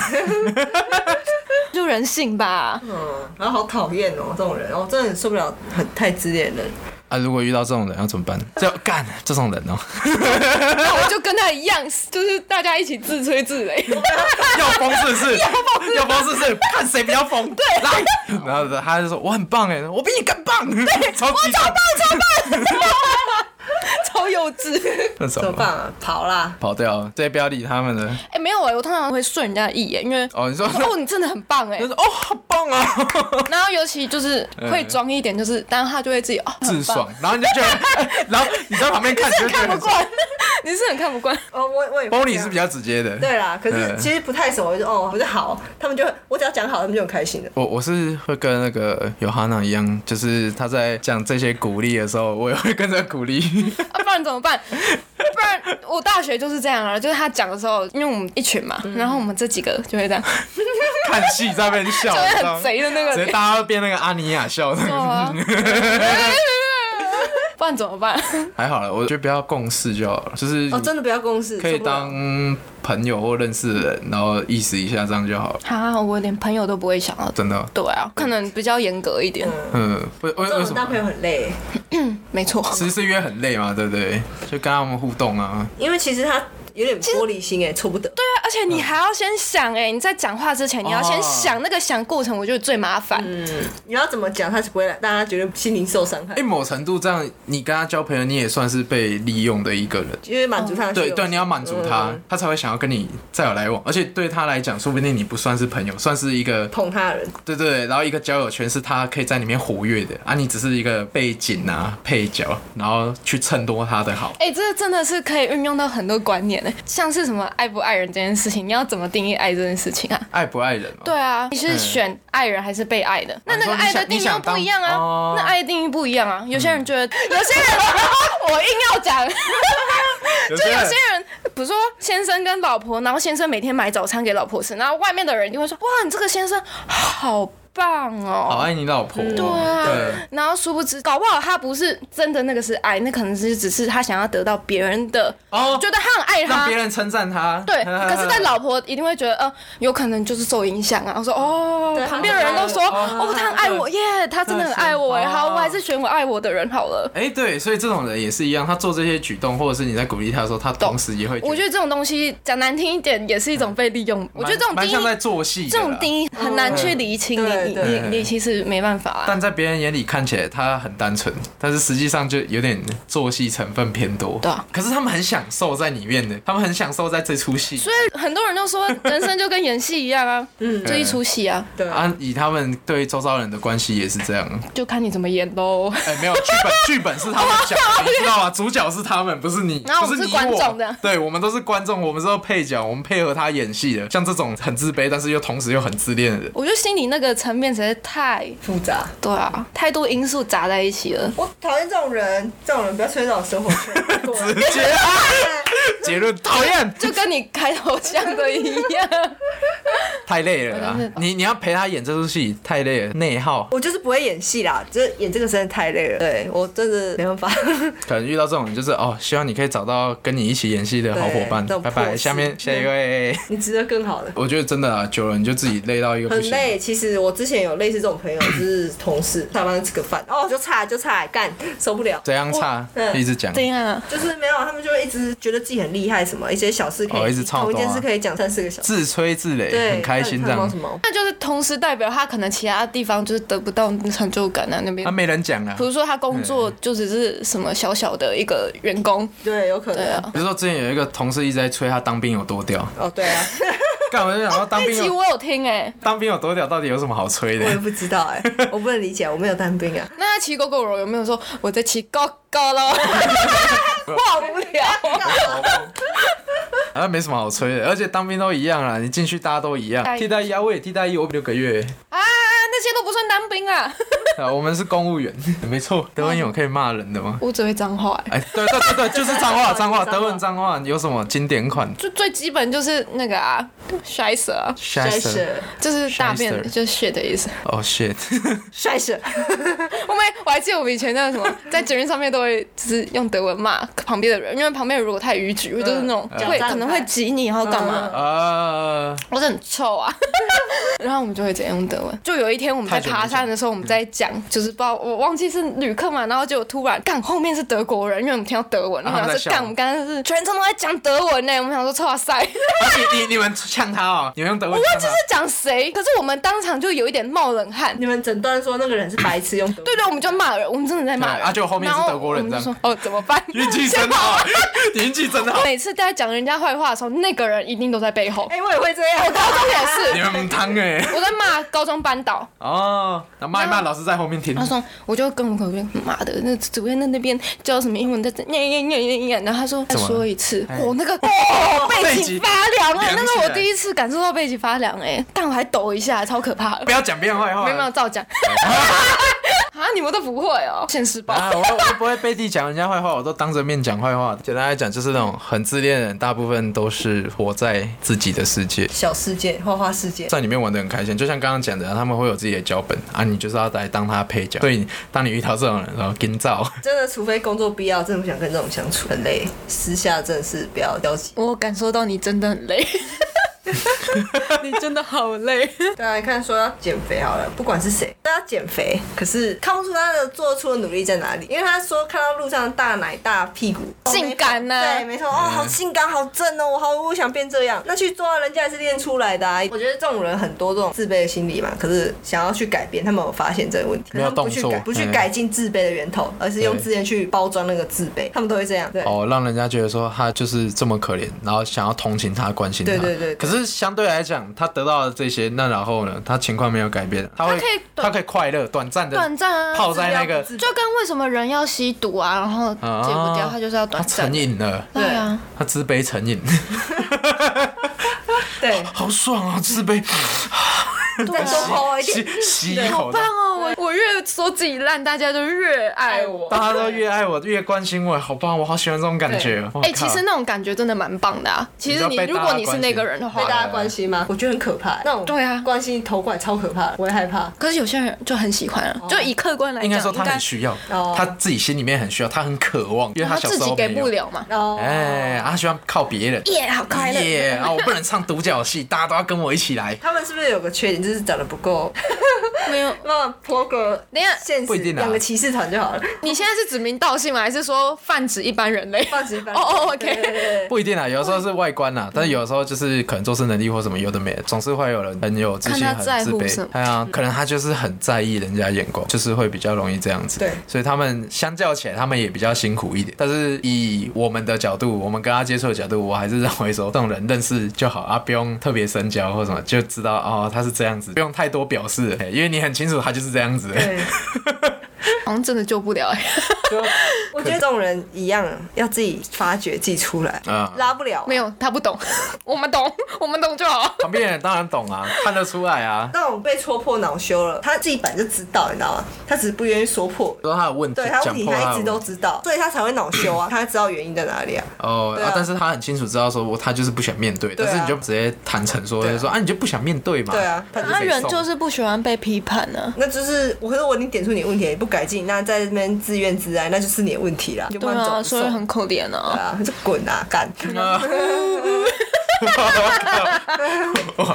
[SPEAKER 3] 就人性吧。
[SPEAKER 4] 嗯，然后好讨厌哦，这种人，我、真的很受不了，很太自恋了。
[SPEAKER 1] 啊，如果遇到这种人要怎么办？就干这种人哦、
[SPEAKER 3] 那我就跟他一样，就是大家一起自吹自擂。
[SPEAKER 1] 要疯是不是？要疯是不是？看谁比较疯。对，来，然后他就说我很棒哎，我比你更棒， 超级超棒，
[SPEAKER 3] 超幼稚。
[SPEAKER 1] 那什
[SPEAKER 4] 怎么
[SPEAKER 1] 么
[SPEAKER 4] 办啊？跑啦！
[SPEAKER 1] 跑掉，对，不要理他们了。
[SPEAKER 3] 哎、没有哎、我通常会顺人家的意耶，因为
[SPEAKER 1] 哦， 你说，
[SPEAKER 3] 哦，你真的很棒哎
[SPEAKER 1] 他。说哦，好棒啊，
[SPEAKER 3] 然后尤其就是会装一点，就是当他就会自己哦，
[SPEAKER 1] 自
[SPEAKER 3] 很棒
[SPEAKER 1] 爽。然后你就觉得， 然后你在旁边看，你就觉得
[SPEAKER 3] 看
[SPEAKER 1] 很
[SPEAKER 3] 不惯， 你是很看不惯。
[SPEAKER 4] 哦，我我也会
[SPEAKER 1] b o
[SPEAKER 4] 这
[SPEAKER 1] n
[SPEAKER 4] 样
[SPEAKER 1] 是比较直接的。
[SPEAKER 4] 对啦，可是
[SPEAKER 1] 嗯
[SPEAKER 4] 其实不太熟，我就哦，我就好，他们就我只要讲好，他们就很开心的。
[SPEAKER 1] 我我是会跟那个尤哈娜一样，就是他在讲这些鼓励的时候，我也会跟着鼓励。
[SPEAKER 3] 啊，不然怎么办？不然我大学就是这样啊，就是他讲的时候，因为我们一群嘛，然后我们这几个就会 这样，
[SPEAKER 1] 看戏在那边笑，
[SPEAKER 3] 就会
[SPEAKER 1] 你知道吗
[SPEAKER 3] 很贼的那个
[SPEAKER 1] 直接
[SPEAKER 3] 脸。
[SPEAKER 1] 大家都变那个阿尼亚笑。
[SPEAKER 3] 对啊不不然怎么办？
[SPEAKER 1] 还好了，我觉得不要共事就好了，就是
[SPEAKER 4] 哦，真的不要共事，
[SPEAKER 1] 嗯可以
[SPEAKER 4] 受不了
[SPEAKER 1] 当朋友或认识的人，然后意思一下这样就好了。
[SPEAKER 3] 啊，我连朋友都不会想要。
[SPEAKER 1] 真的，
[SPEAKER 3] 对啊，可能比较严格一点，
[SPEAKER 1] 嗯，为为为
[SPEAKER 4] 这种
[SPEAKER 1] 什
[SPEAKER 4] 当
[SPEAKER 1] 么
[SPEAKER 4] 朋友很累，
[SPEAKER 3] 没错。
[SPEAKER 1] 十四约很累嘛，对不对？就跟他们互动啊，
[SPEAKER 4] 因为其实他有点玻璃心哎，错不得。对，
[SPEAKER 3] 而且你还要先想哎、你在讲话之前，你要先想那个想过程，我觉得最麻烦。
[SPEAKER 4] 你要怎么讲，他才不会让大家觉得心灵受伤害
[SPEAKER 1] 哎、，某程度这样，你跟他交朋友，你也算是被利用的一个人。
[SPEAKER 4] 因为满足他的需
[SPEAKER 1] 对
[SPEAKER 4] 求
[SPEAKER 1] 对，你要满足他，
[SPEAKER 4] 嗯
[SPEAKER 1] 他才会想要跟你再有来往。而且对他来讲，说不定你不算是朋友，算是一个
[SPEAKER 4] 捧他的人，
[SPEAKER 1] 对对对，然后一个交友圈是他可以在里面活跃的啊，你只是一个背景啊配角，然后去衬托他的好。
[SPEAKER 3] 哎、这真的是可以运用到很多观念呢，像是什么爱不爱人这件事情，你要怎么定义爱这件事情啊？
[SPEAKER 1] 爱不爱人、哦？
[SPEAKER 3] 对啊，你是选爱人还是被爱的？那那
[SPEAKER 1] 嗯
[SPEAKER 3] 个
[SPEAKER 1] 啊你说你
[SPEAKER 3] 爱的
[SPEAKER 1] 想
[SPEAKER 3] 定义
[SPEAKER 1] 你
[SPEAKER 3] 又
[SPEAKER 1] 想
[SPEAKER 3] 不一样
[SPEAKER 1] 当
[SPEAKER 3] 啊
[SPEAKER 1] 哦，嗯
[SPEAKER 3] 那爱的定义不一样啊。有些人觉得，有些人 我硬要 讲，
[SPEAKER 1] 有
[SPEAKER 3] 就
[SPEAKER 1] 些
[SPEAKER 3] 有
[SPEAKER 1] 人
[SPEAKER 3] 些人，比如说先生跟老婆，然后先生每天买早餐给老婆吃，然后外面的人就会说，哇，你这个先生好棒
[SPEAKER 1] 好
[SPEAKER 3] 哦。
[SPEAKER 1] 爱你老婆、
[SPEAKER 3] 对啊
[SPEAKER 1] 对，
[SPEAKER 3] 然后殊不知，搞不好他不是真的那个是爱，那可能是只是他想要得到别人的，
[SPEAKER 1] 哦
[SPEAKER 3] 觉得他很爱
[SPEAKER 1] 让
[SPEAKER 3] 他
[SPEAKER 1] 别。人称赞他。
[SPEAKER 3] 对，可是，在老婆一定会觉得，呃，有可能就是受影响啊。我说，哦
[SPEAKER 4] 嗯对，
[SPEAKER 3] 旁边的人都说，
[SPEAKER 4] 他很爱我
[SPEAKER 3] 哦，他很爱我耶，他真的很爱我耶。哎
[SPEAKER 1] 对是
[SPEAKER 3] 好，
[SPEAKER 1] 哦
[SPEAKER 3] 我还是选我爱我的人好了。
[SPEAKER 1] 哎、对，所以这种人也是一样，他做这些举动，或者是你在鼓励他的时候，他同时也会
[SPEAKER 3] 我觉
[SPEAKER 1] 得
[SPEAKER 3] 得这种东西讲难听一点，也是一种被利用。我
[SPEAKER 1] 蛮
[SPEAKER 3] 觉得这种
[SPEAKER 1] 蛮
[SPEAKER 3] 定
[SPEAKER 1] 像在
[SPEAKER 3] 义，
[SPEAKER 1] 做戏，
[SPEAKER 3] 这种。定义很难去理清，
[SPEAKER 1] 嗯
[SPEAKER 4] 对
[SPEAKER 3] 你你
[SPEAKER 4] 对
[SPEAKER 3] 你你其实没办法啊。
[SPEAKER 1] 但在别人眼里看起来他很单纯，但是实际上就有点做戏成分偏多。
[SPEAKER 3] 对啊，
[SPEAKER 1] 可是他们很享受在里面的，他们很享受在这出戏。
[SPEAKER 3] 所以很多人 都说，人生就跟演戏一样啊，
[SPEAKER 1] 嗯
[SPEAKER 4] 嗯
[SPEAKER 3] 就一出戏啊，
[SPEAKER 4] 对啊，
[SPEAKER 1] 啊，以他们对周遭人的关系也是这样。
[SPEAKER 3] 就看你怎么演喽。
[SPEAKER 1] 哎、没有剧本，剧本是他们讲的，你知道吗？主角是他们，不是你，
[SPEAKER 3] 然后我
[SPEAKER 1] 不
[SPEAKER 3] 们
[SPEAKER 1] 是
[SPEAKER 3] 是
[SPEAKER 1] 你
[SPEAKER 3] 观众这
[SPEAKER 1] 我
[SPEAKER 3] 样。
[SPEAKER 1] 对，我们都是观众，我们是配角，我们配合他演戏的。像这种很自卑，但是又同时又很自恋的 人，
[SPEAKER 3] 我觉得心理那个层面实在太，
[SPEAKER 4] 复杂。
[SPEAKER 3] 对啊，太多因素杂在一起了。
[SPEAKER 4] 我讨厌这种人，这种人不要出现在我生活
[SPEAKER 1] 直
[SPEAKER 4] 圈。
[SPEAKER 1] 接结论讨厌，
[SPEAKER 3] 就跟你开头讲的一 样。
[SPEAKER 1] 太累了啦
[SPEAKER 3] 真的！
[SPEAKER 1] 你你要陪他演这出戏，太累了，内耗。
[SPEAKER 4] 我就是不会演戏啦，就是演这个实在太累了。对我真的没办法。
[SPEAKER 1] 可能遇到这种人就是哦，希望你可以找到跟你一起演戏的好伙伴
[SPEAKER 4] 对这。种
[SPEAKER 1] 拜
[SPEAKER 4] 破
[SPEAKER 1] 拜，
[SPEAKER 4] 事
[SPEAKER 1] 下面下一位。
[SPEAKER 4] 你值得更好的。
[SPEAKER 1] 我觉得真的啊，久了你就自己累到一个不
[SPEAKER 4] 很
[SPEAKER 1] 行。
[SPEAKER 4] 累，其实我之前有类似这种朋友，就是同事下班吃个饭，哦，就差就差，干受不了，
[SPEAKER 1] 怎样差
[SPEAKER 4] 嗯？
[SPEAKER 1] 一直讲。
[SPEAKER 3] 怎样啊？
[SPEAKER 4] 就是没有，他们就会一直觉得自己很厉害，什么一些小事可以，
[SPEAKER 1] 哦一直操
[SPEAKER 4] 同一件
[SPEAKER 1] 刀啊
[SPEAKER 4] 事可以讲三四个小时，
[SPEAKER 1] 自吹自擂，
[SPEAKER 4] 对，
[SPEAKER 1] 很开心这
[SPEAKER 4] 看
[SPEAKER 1] 样
[SPEAKER 4] 到什。么？
[SPEAKER 3] 那就是同时代表他可能其他地方就是得不到成就感啊那边
[SPEAKER 1] 啊，。没人讲啊
[SPEAKER 3] 比。如说他工作就只是什么小小的一个员工，
[SPEAKER 4] 对，有可
[SPEAKER 3] 嗯对
[SPEAKER 4] 能。
[SPEAKER 3] 啊。
[SPEAKER 1] 比如说之前有一个同事一直在吹他当兵有多屌，
[SPEAKER 4] 哦，对啊，
[SPEAKER 1] 干我就想说当
[SPEAKER 3] 那
[SPEAKER 1] 兵
[SPEAKER 3] 集
[SPEAKER 1] 有
[SPEAKER 3] 我有听哎、
[SPEAKER 1] 当兵有多屌，到底有什么好吹
[SPEAKER 4] 我也
[SPEAKER 1] 的？
[SPEAKER 4] 不知道哎、我不能理解，我没有当兵 啊，
[SPEAKER 3] 那他骑狗狗肉有没有说我在骑狗 狗喽？
[SPEAKER 4] 好无聊。
[SPEAKER 1] 啊，没什 么好吹的，而且当兵都一样啦，你进去大家都一样
[SPEAKER 3] 哎，
[SPEAKER 1] 替代役啊，我也替代役，我六个月，
[SPEAKER 3] 啊，那些都不算当兵啊！
[SPEAKER 1] 啊，我们是公务员，没错。德文有可以骂人的吗？
[SPEAKER 3] 我只会脏话、欸，
[SPEAKER 1] 哎，对对对对，就是脏话，脏话，
[SPEAKER 4] 脏话
[SPEAKER 1] 德文脏话，有什么经典款？
[SPEAKER 3] 就最基本就是那个啊 s h i s 啊，
[SPEAKER 1] 帅
[SPEAKER 4] 蛇，
[SPEAKER 3] 就是大便
[SPEAKER 1] Shyster
[SPEAKER 3] 就是 shit 的意思。
[SPEAKER 1] 哦 shit，
[SPEAKER 4] 帅蛇，
[SPEAKER 3] 我们我还记得我们以前那个什 么，在捷运上面都会就是用德文骂旁边的人，因为旁边如果太逾矩，就是那种
[SPEAKER 4] 嗯
[SPEAKER 3] 会
[SPEAKER 4] 讲
[SPEAKER 3] 可能会挤你，然后干嘛，
[SPEAKER 1] 啊，
[SPEAKER 3] 或者很臭啊。 然后我们就会怎样用德文。就有一天我们在爬山的时候，我们在讲，就是不知道我忘记是旅客嘛，然后结果突然干后面是德国人，因为我们听到德文，然
[SPEAKER 1] 啊
[SPEAKER 3] 后
[SPEAKER 1] 他们在
[SPEAKER 3] 是
[SPEAKER 1] 笑
[SPEAKER 3] 干我们刚刚是全程都在讲德文呢，我们想说臭 哇塞。
[SPEAKER 1] 啊你你你们呛他哦，你们用德文
[SPEAKER 3] 不过
[SPEAKER 1] 呛
[SPEAKER 3] 就是
[SPEAKER 1] 他，
[SPEAKER 3] 讲谁，可是我们当场就有一点冒冷汗，
[SPEAKER 4] 你们诊断说那个人是白痴用德文
[SPEAKER 3] 对对，我们就骂人，我们真的在骂人。
[SPEAKER 1] 对啊就后面是德国人
[SPEAKER 3] 然后我们就说哦，怎么办？
[SPEAKER 1] 运气真好， 运气真好，
[SPEAKER 3] 每次在讲人家坏话的时候，那个人一定都在背后。
[SPEAKER 4] 哎、我也会这样，
[SPEAKER 3] 我高中也
[SPEAKER 1] 你
[SPEAKER 3] 是，
[SPEAKER 1] 们很汤哎。
[SPEAKER 3] 我在骂高中班导，
[SPEAKER 1] 哦，那骂一骂，老师在后面听
[SPEAKER 3] 他。说，我就跟我旁边妈的，那主任在那边教什么英文在这念念念念念，然后他说再
[SPEAKER 1] 么了
[SPEAKER 3] 说一次，
[SPEAKER 1] 哎
[SPEAKER 3] 我那 个哦背
[SPEAKER 1] 背
[SPEAKER 3] 脊
[SPEAKER 1] 脊
[SPEAKER 3] 发凉哎，
[SPEAKER 1] 凉
[SPEAKER 3] 那
[SPEAKER 1] 起
[SPEAKER 3] 是
[SPEAKER 1] 来
[SPEAKER 3] 我第一次感受到背脊发凉哎，但我还抖一下，超可怕 的
[SPEAKER 1] 不。要讲别人坏话。
[SPEAKER 3] 没有没有，照讲。啊，你们都不会哦，现实报。
[SPEAKER 1] 啊，我我不会背地讲人家坏话，我都当着面讲坏话。简单来讲，就是那种很自恋的人，大部分都是活在自己的世界，
[SPEAKER 4] 小世界，花花世界。
[SPEAKER 1] 在里面玩的很开心。就像刚刚讲的，他们会有自己的脚本啊，你就是要来当他的配角。所以，当你遇到这种人，然 后跟照，
[SPEAKER 4] 真的，除非工作必要，真的不想跟这种相处，很累。私下真的是不要交集。
[SPEAKER 3] 我感受到你真的很 累，你真的好累。
[SPEAKER 4] 大家看说要减肥好了，不管是谁都要减肥，可是看不出他的做出的努力在哪里，因为他说看到路上大奶大屁股，
[SPEAKER 3] 性感呢
[SPEAKER 4] 对，没错，哦，好性感，好正哦，我好我想变这样，那去做啊，人家也是练出来的啊。我觉得这种人很多这种自卑的心理嘛，可是想要去改变，他们有发现这个问题，可
[SPEAKER 1] 没
[SPEAKER 4] 是
[SPEAKER 1] 有
[SPEAKER 4] 他们不去
[SPEAKER 1] 动
[SPEAKER 4] 改，
[SPEAKER 1] 作
[SPEAKER 4] 不去
[SPEAKER 1] 嗯
[SPEAKER 4] 改进自卑的源头，而是用
[SPEAKER 1] 对
[SPEAKER 4] 自恋去包装那个自卑，他们都会这样，对。
[SPEAKER 1] 哦，让人家觉得说他就是这么可怜，然后想要同情他、关心他。
[SPEAKER 4] 对对对对
[SPEAKER 1] 可是相对来讲，他得到了这些，那然后呢？他情况没有改变，他会
[SPEAKER 3] 他可以短
[SPEAKER 1] 他可以快乐，短暂的
[SPEAKER 3] 短暂 啊
[SPEAKER 1] 泡在那
[SPEAKER 4] 治疗
[SPEAKER 1] 个
[SPEAKER 4] 不治
[SPEAKER 3] 就跟为什么人要吸毒啊，然后戒不掉，
[SPEAKER 1] 啊
[SPEAKER 3] 他就是要短
[SPEAKER 1] 他
[SPEAKER 3] 暂
[SPEAKER 1] 成。瘾了，
[SPEAKER 3] 对啊，
[SPEAKER 1] 他自卑成瘾，
[SPEAKER 4] 对，
[SPEAKER 1] 好爽啊！自卑，
[SPEAKER 4] 再多抛我一点
[SPEAKER 1] 吸。吸一
[SPEAKER 3] 好
[SPEAKER 1] 口。
[SPEAKER 3] 棒哦！我我越说自己烂，大家就越爱我。
[SPEAKER 1] 大家都越爱我，越关心我，好棒！我好喜欢这种感觉。我
[SPEAKER 3] 哎、
[SPEAKER 1] 哦靠
[SPEAKER 3] 其实那种感觉真的蛮棒的啊。其实
[SPEAKER 1] 知道
[SPEAKER 3] 你
[SPEAKER 1] 被大
[SPEAKER 3] 如
[SPEAKER 1] 家
[SPEAKER 3] 果你是那个人的
[SPEAKER 1] 关
[SPEAKER 4] 被
[SPEAKER 3] 话
[SPEAKER 1] 心，
[SPEAKER 4] 大家关心吗？我觉得很可怕，那种
[SPEAKER 3] 对啊
[SPEAKER 4] 关心投过来超可怕的，我会害怕。
[SPEAKER 3] 可是有些人就很喜欢啊。就以客观来讲，
[SPEAKER 1] 哦应该说他
[SPEAKER 3] 应
[SPEAKER 1] 很需要
[SPEAKER 4] 哦，
[SPEAKER 1] 他自己心里面很需要，他很渴望，因为
[SPEAKER 3] 哦他
[SPEAKER 1] 小
[SPEAKER 3] 自
[SPEAKER 1] 时
[SPEAKER 3] 己
[SPEAKER 1] 候
[SPEAKER 3] 给
[SPEAKER 1] 没有
[SPEAKER 3] 不。了嘛。
[SPEAKER 4] 哦，
[SPEAKER 1] 哎，啊他喜欢靠别人。
[SPEAKER 3] 耶、好快乐
[SPEAKER 1] 耶！啊，我不能唱独角戏，大家都要跟我一起来。
[SPEAKER 4] 他们是不是有个缺点，就是长得 不够？
[SPEAKER 3] 没有，
[SPEAKER 4] 那么泼个
[SPEAKER 3] 等一下，
[SPEAKER 4] 现
[SPEAKER 1] 不
[SPEAKER 4] 实
[SPEAKER 1] 一定啊
[SPEAKER 4] 两个骑士团就好了，
[SPEAKER 3] 你现在是指名道姓吗？还是说泛指一般人类？
[SPEAKER 4] 放几 班。
[SPEAKER 3] 哦哦，OK
[SPEAKER 4] 对对对 对
[SPEAKER 1] 不一定啊，有的时候是外观啦，但是有的时候就是可能做事能力或什么有的没的，总是会有人很有自信、
[SPEAKER 3] 看
[SPEAKER 1] 很
[SPEAKER 3] 他在
[SPEAKER 1] 自
[SPEAKER 3] 乎什
[SPEAKER 1] 卑
[SPEAKER 3] 么。
[SPEAKER 1] 哎呀，可能他就是很在意人家眼光，就是会比较容易这样子。
[SPEAKER 4] 对
[SPEAKER 1] 所以他们相较起来，他们也比较辛苦一点。但是以我们的角度，我们跟他接触的角度，我还是认为说这种人认识就好啊，不用特别深交或什么，就知道哦他是这样子，不用太多表示，哎因为你很清楚他就是这样子。
[SPEAKER 4] 对，
[SPEAKER 3] 好像真的救不了哎、
[SPEAKER 1] 就
[SPEAKER 4] 我觉得这种人一样，要自己发掘自己出来，
[SPEAKER 1] 啊
[SPEAKER 4] 拉不了。
[SPEAKER 3] 没有，他不懂， 我们懂，我们懂就好。
[SPEAKER 1] 旁边人当然懂啊，看得出来啊，
[SPEAKER 4] 那种被戳破脑羞了，他自己本来就知道，你知道吗？他只是不愿意说破。
[SPEAKER 1] 说他的问题
[SPEAKER 4] 对，他问
[SPEAKER 1] 讲
[SPEAKER 4] 题
[SPEAKER 1] 破他
[SPEAKER 4] 他
[SPEAKER 1] 的
[SPEAKER 4] 一直
[SPEAKER 1] 问
[SPEAKER 4] 都
[SPEAKER 1] 题
[SPEAKER 4] 知道，所以他才会恼 羞啊，他知道原因在哪里啊。
[SPEAKER 1] 哦、
[SPEAKER 4] 对啊
[SPEAKER 1] 啊但是他很清楚知道说我他就是不想面对，
[SPEAKER 4] 对啊
[SPEAKER 1] 但是你就直接坦诚说，
[SPEAKER 4] 对啊
[SPEAKER 1] 就说啊你就不想面对嘛，
[SPEAKER 4] 对啊
[SPEAKER 1] 那
[SPEAKER 4] 那
[SPEAKER 1] 谁送
[SPEAKER 3] 是不喜欢被批判啊呢、
[SPEAKER 4] 那就是，我可是我已经点出你的问题，你不改进，那在那边自怨自艾，那就是你的问题啦。你就
[SPEAKER 3] 对
[SPEAKER 4] 慢慢
[SPEAKER 3] 啊，
[SPEAKER 4] 走
[SPEAKER 3] 所以很可怜
[SPEAKER 4] 对
[SPEAKER 3] 啊。
[SPEAKER 4] 啊，就滚啊，干！
[SPEAKER 1] 啊，我靠，我靠，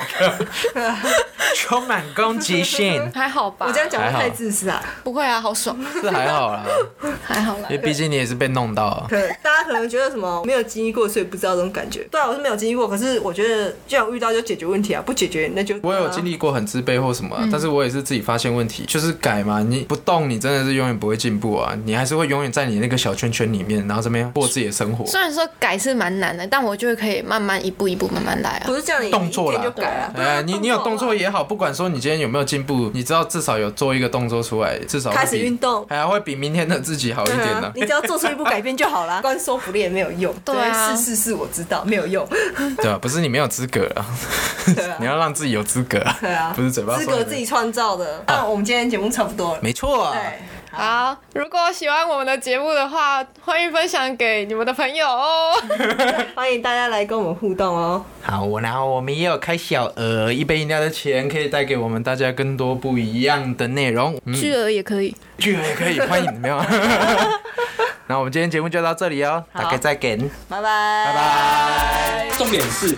[SPEAKER 1] 充满攻击 性，
[SPEAKER 3] 还好吧，
[SPEAKER 4] 我这样讲会
[SPEAKER 1] 还好
[SPEAKER 4] 太自私啊。
[SPEAKER 3] 不会啊，好爽，
[SPEAKER 1] 这还好啦，
[SPEAKER 3] 还好啦
[SPEAKER 1] 因。为毕竟你也是被弄到啊，
[SPEAKER 4] 可能大家可能觉得什么没有经历过，所以不知道这种感觉。对啊，我是没有经历过，可是我觉得既然遇到就解决问题啊，不解决那就嗯
[SPEAKER 1] 我有经历过很自卑或什么啊、但是我也是自己发现问题，就是改嘛。你不动，你真的是永远不会进步啊，你还是会永远在你那个小圈圈里面，然后这边过自己的生活。
[SPEAKER 3] 虽然说改是蛮难的，但我觉得可以慢慢一步一步慢慢来啊
[SPEAKER 4] 不。是这样，你
[SPEAKER 1] 动作
[SPEAKER 4] 一
[SPEAKER 1] 啦
[SPEAKER 4] 天就改了。对啊
[SPEAKER 1] 哎，你你有动作也好，不管说你今天有没有进步，你知道至少有做一个动作出来，至少会
[SPEAKER 4] 开始
[SPEAKER 1] 比
[SPEAKER 4] 运动
[SPEAKER 1] 哎呀，会比明天的自己好一
[SPEAKER 4] 对
[SPEAKER 1] 点
[SPEAKER 4] 啊
[SPEAKER 1] 呢，。
[SPEAKER 4] 你只要做出一步改变就 好啦，光说服力也没有用。
[SPEAKER 3] 对啊
[SPEAKER 4] 是是是，我知道没有用。
[SPEAKER 1] 对啊，不是你没有资格啊，
[SPEAKER 4] 对啊
[SPEAKER 1] 你要让自己有资格啊，
[SPEAKER 4] 对啊，
[SPEAKER 1] 不是嘴巴
[SPEAKER 4] 资
[SPEAKER 1] 说
[SPEAKER 4] 格
[SPEAKER 1] 的
[SPEAKER 4] 自己，创造的。那我们今天节目差不多了。
[SPEAKER 1] 啊没错啊。
[SPEAKER 4] 对，
[SPEAKER 3] 好，如果喜欢我们的节目的话，欢迎分享给你们的朋友 哦。
[SPEAKER 4] 欢迎大家来跟我们互动哦。
[SPEAKER 1] 好，我然后我们也有开小额，一杯饮料的钱可以带给我们大家更多不一样的内容，嗯，
[SPEAKER 3] 巨额也可以，
[SPEAKER 1] 巨额也可以，欢迎没 有。 那我们今天节目就到这里哦，大家再见，
[SPEAKER 4] 拜拜，
[SPEAKER 1] 拜
[SPEAKER 4] 拜
[SPEAKER 1] 拜。
[SPEAKER 5] 重点是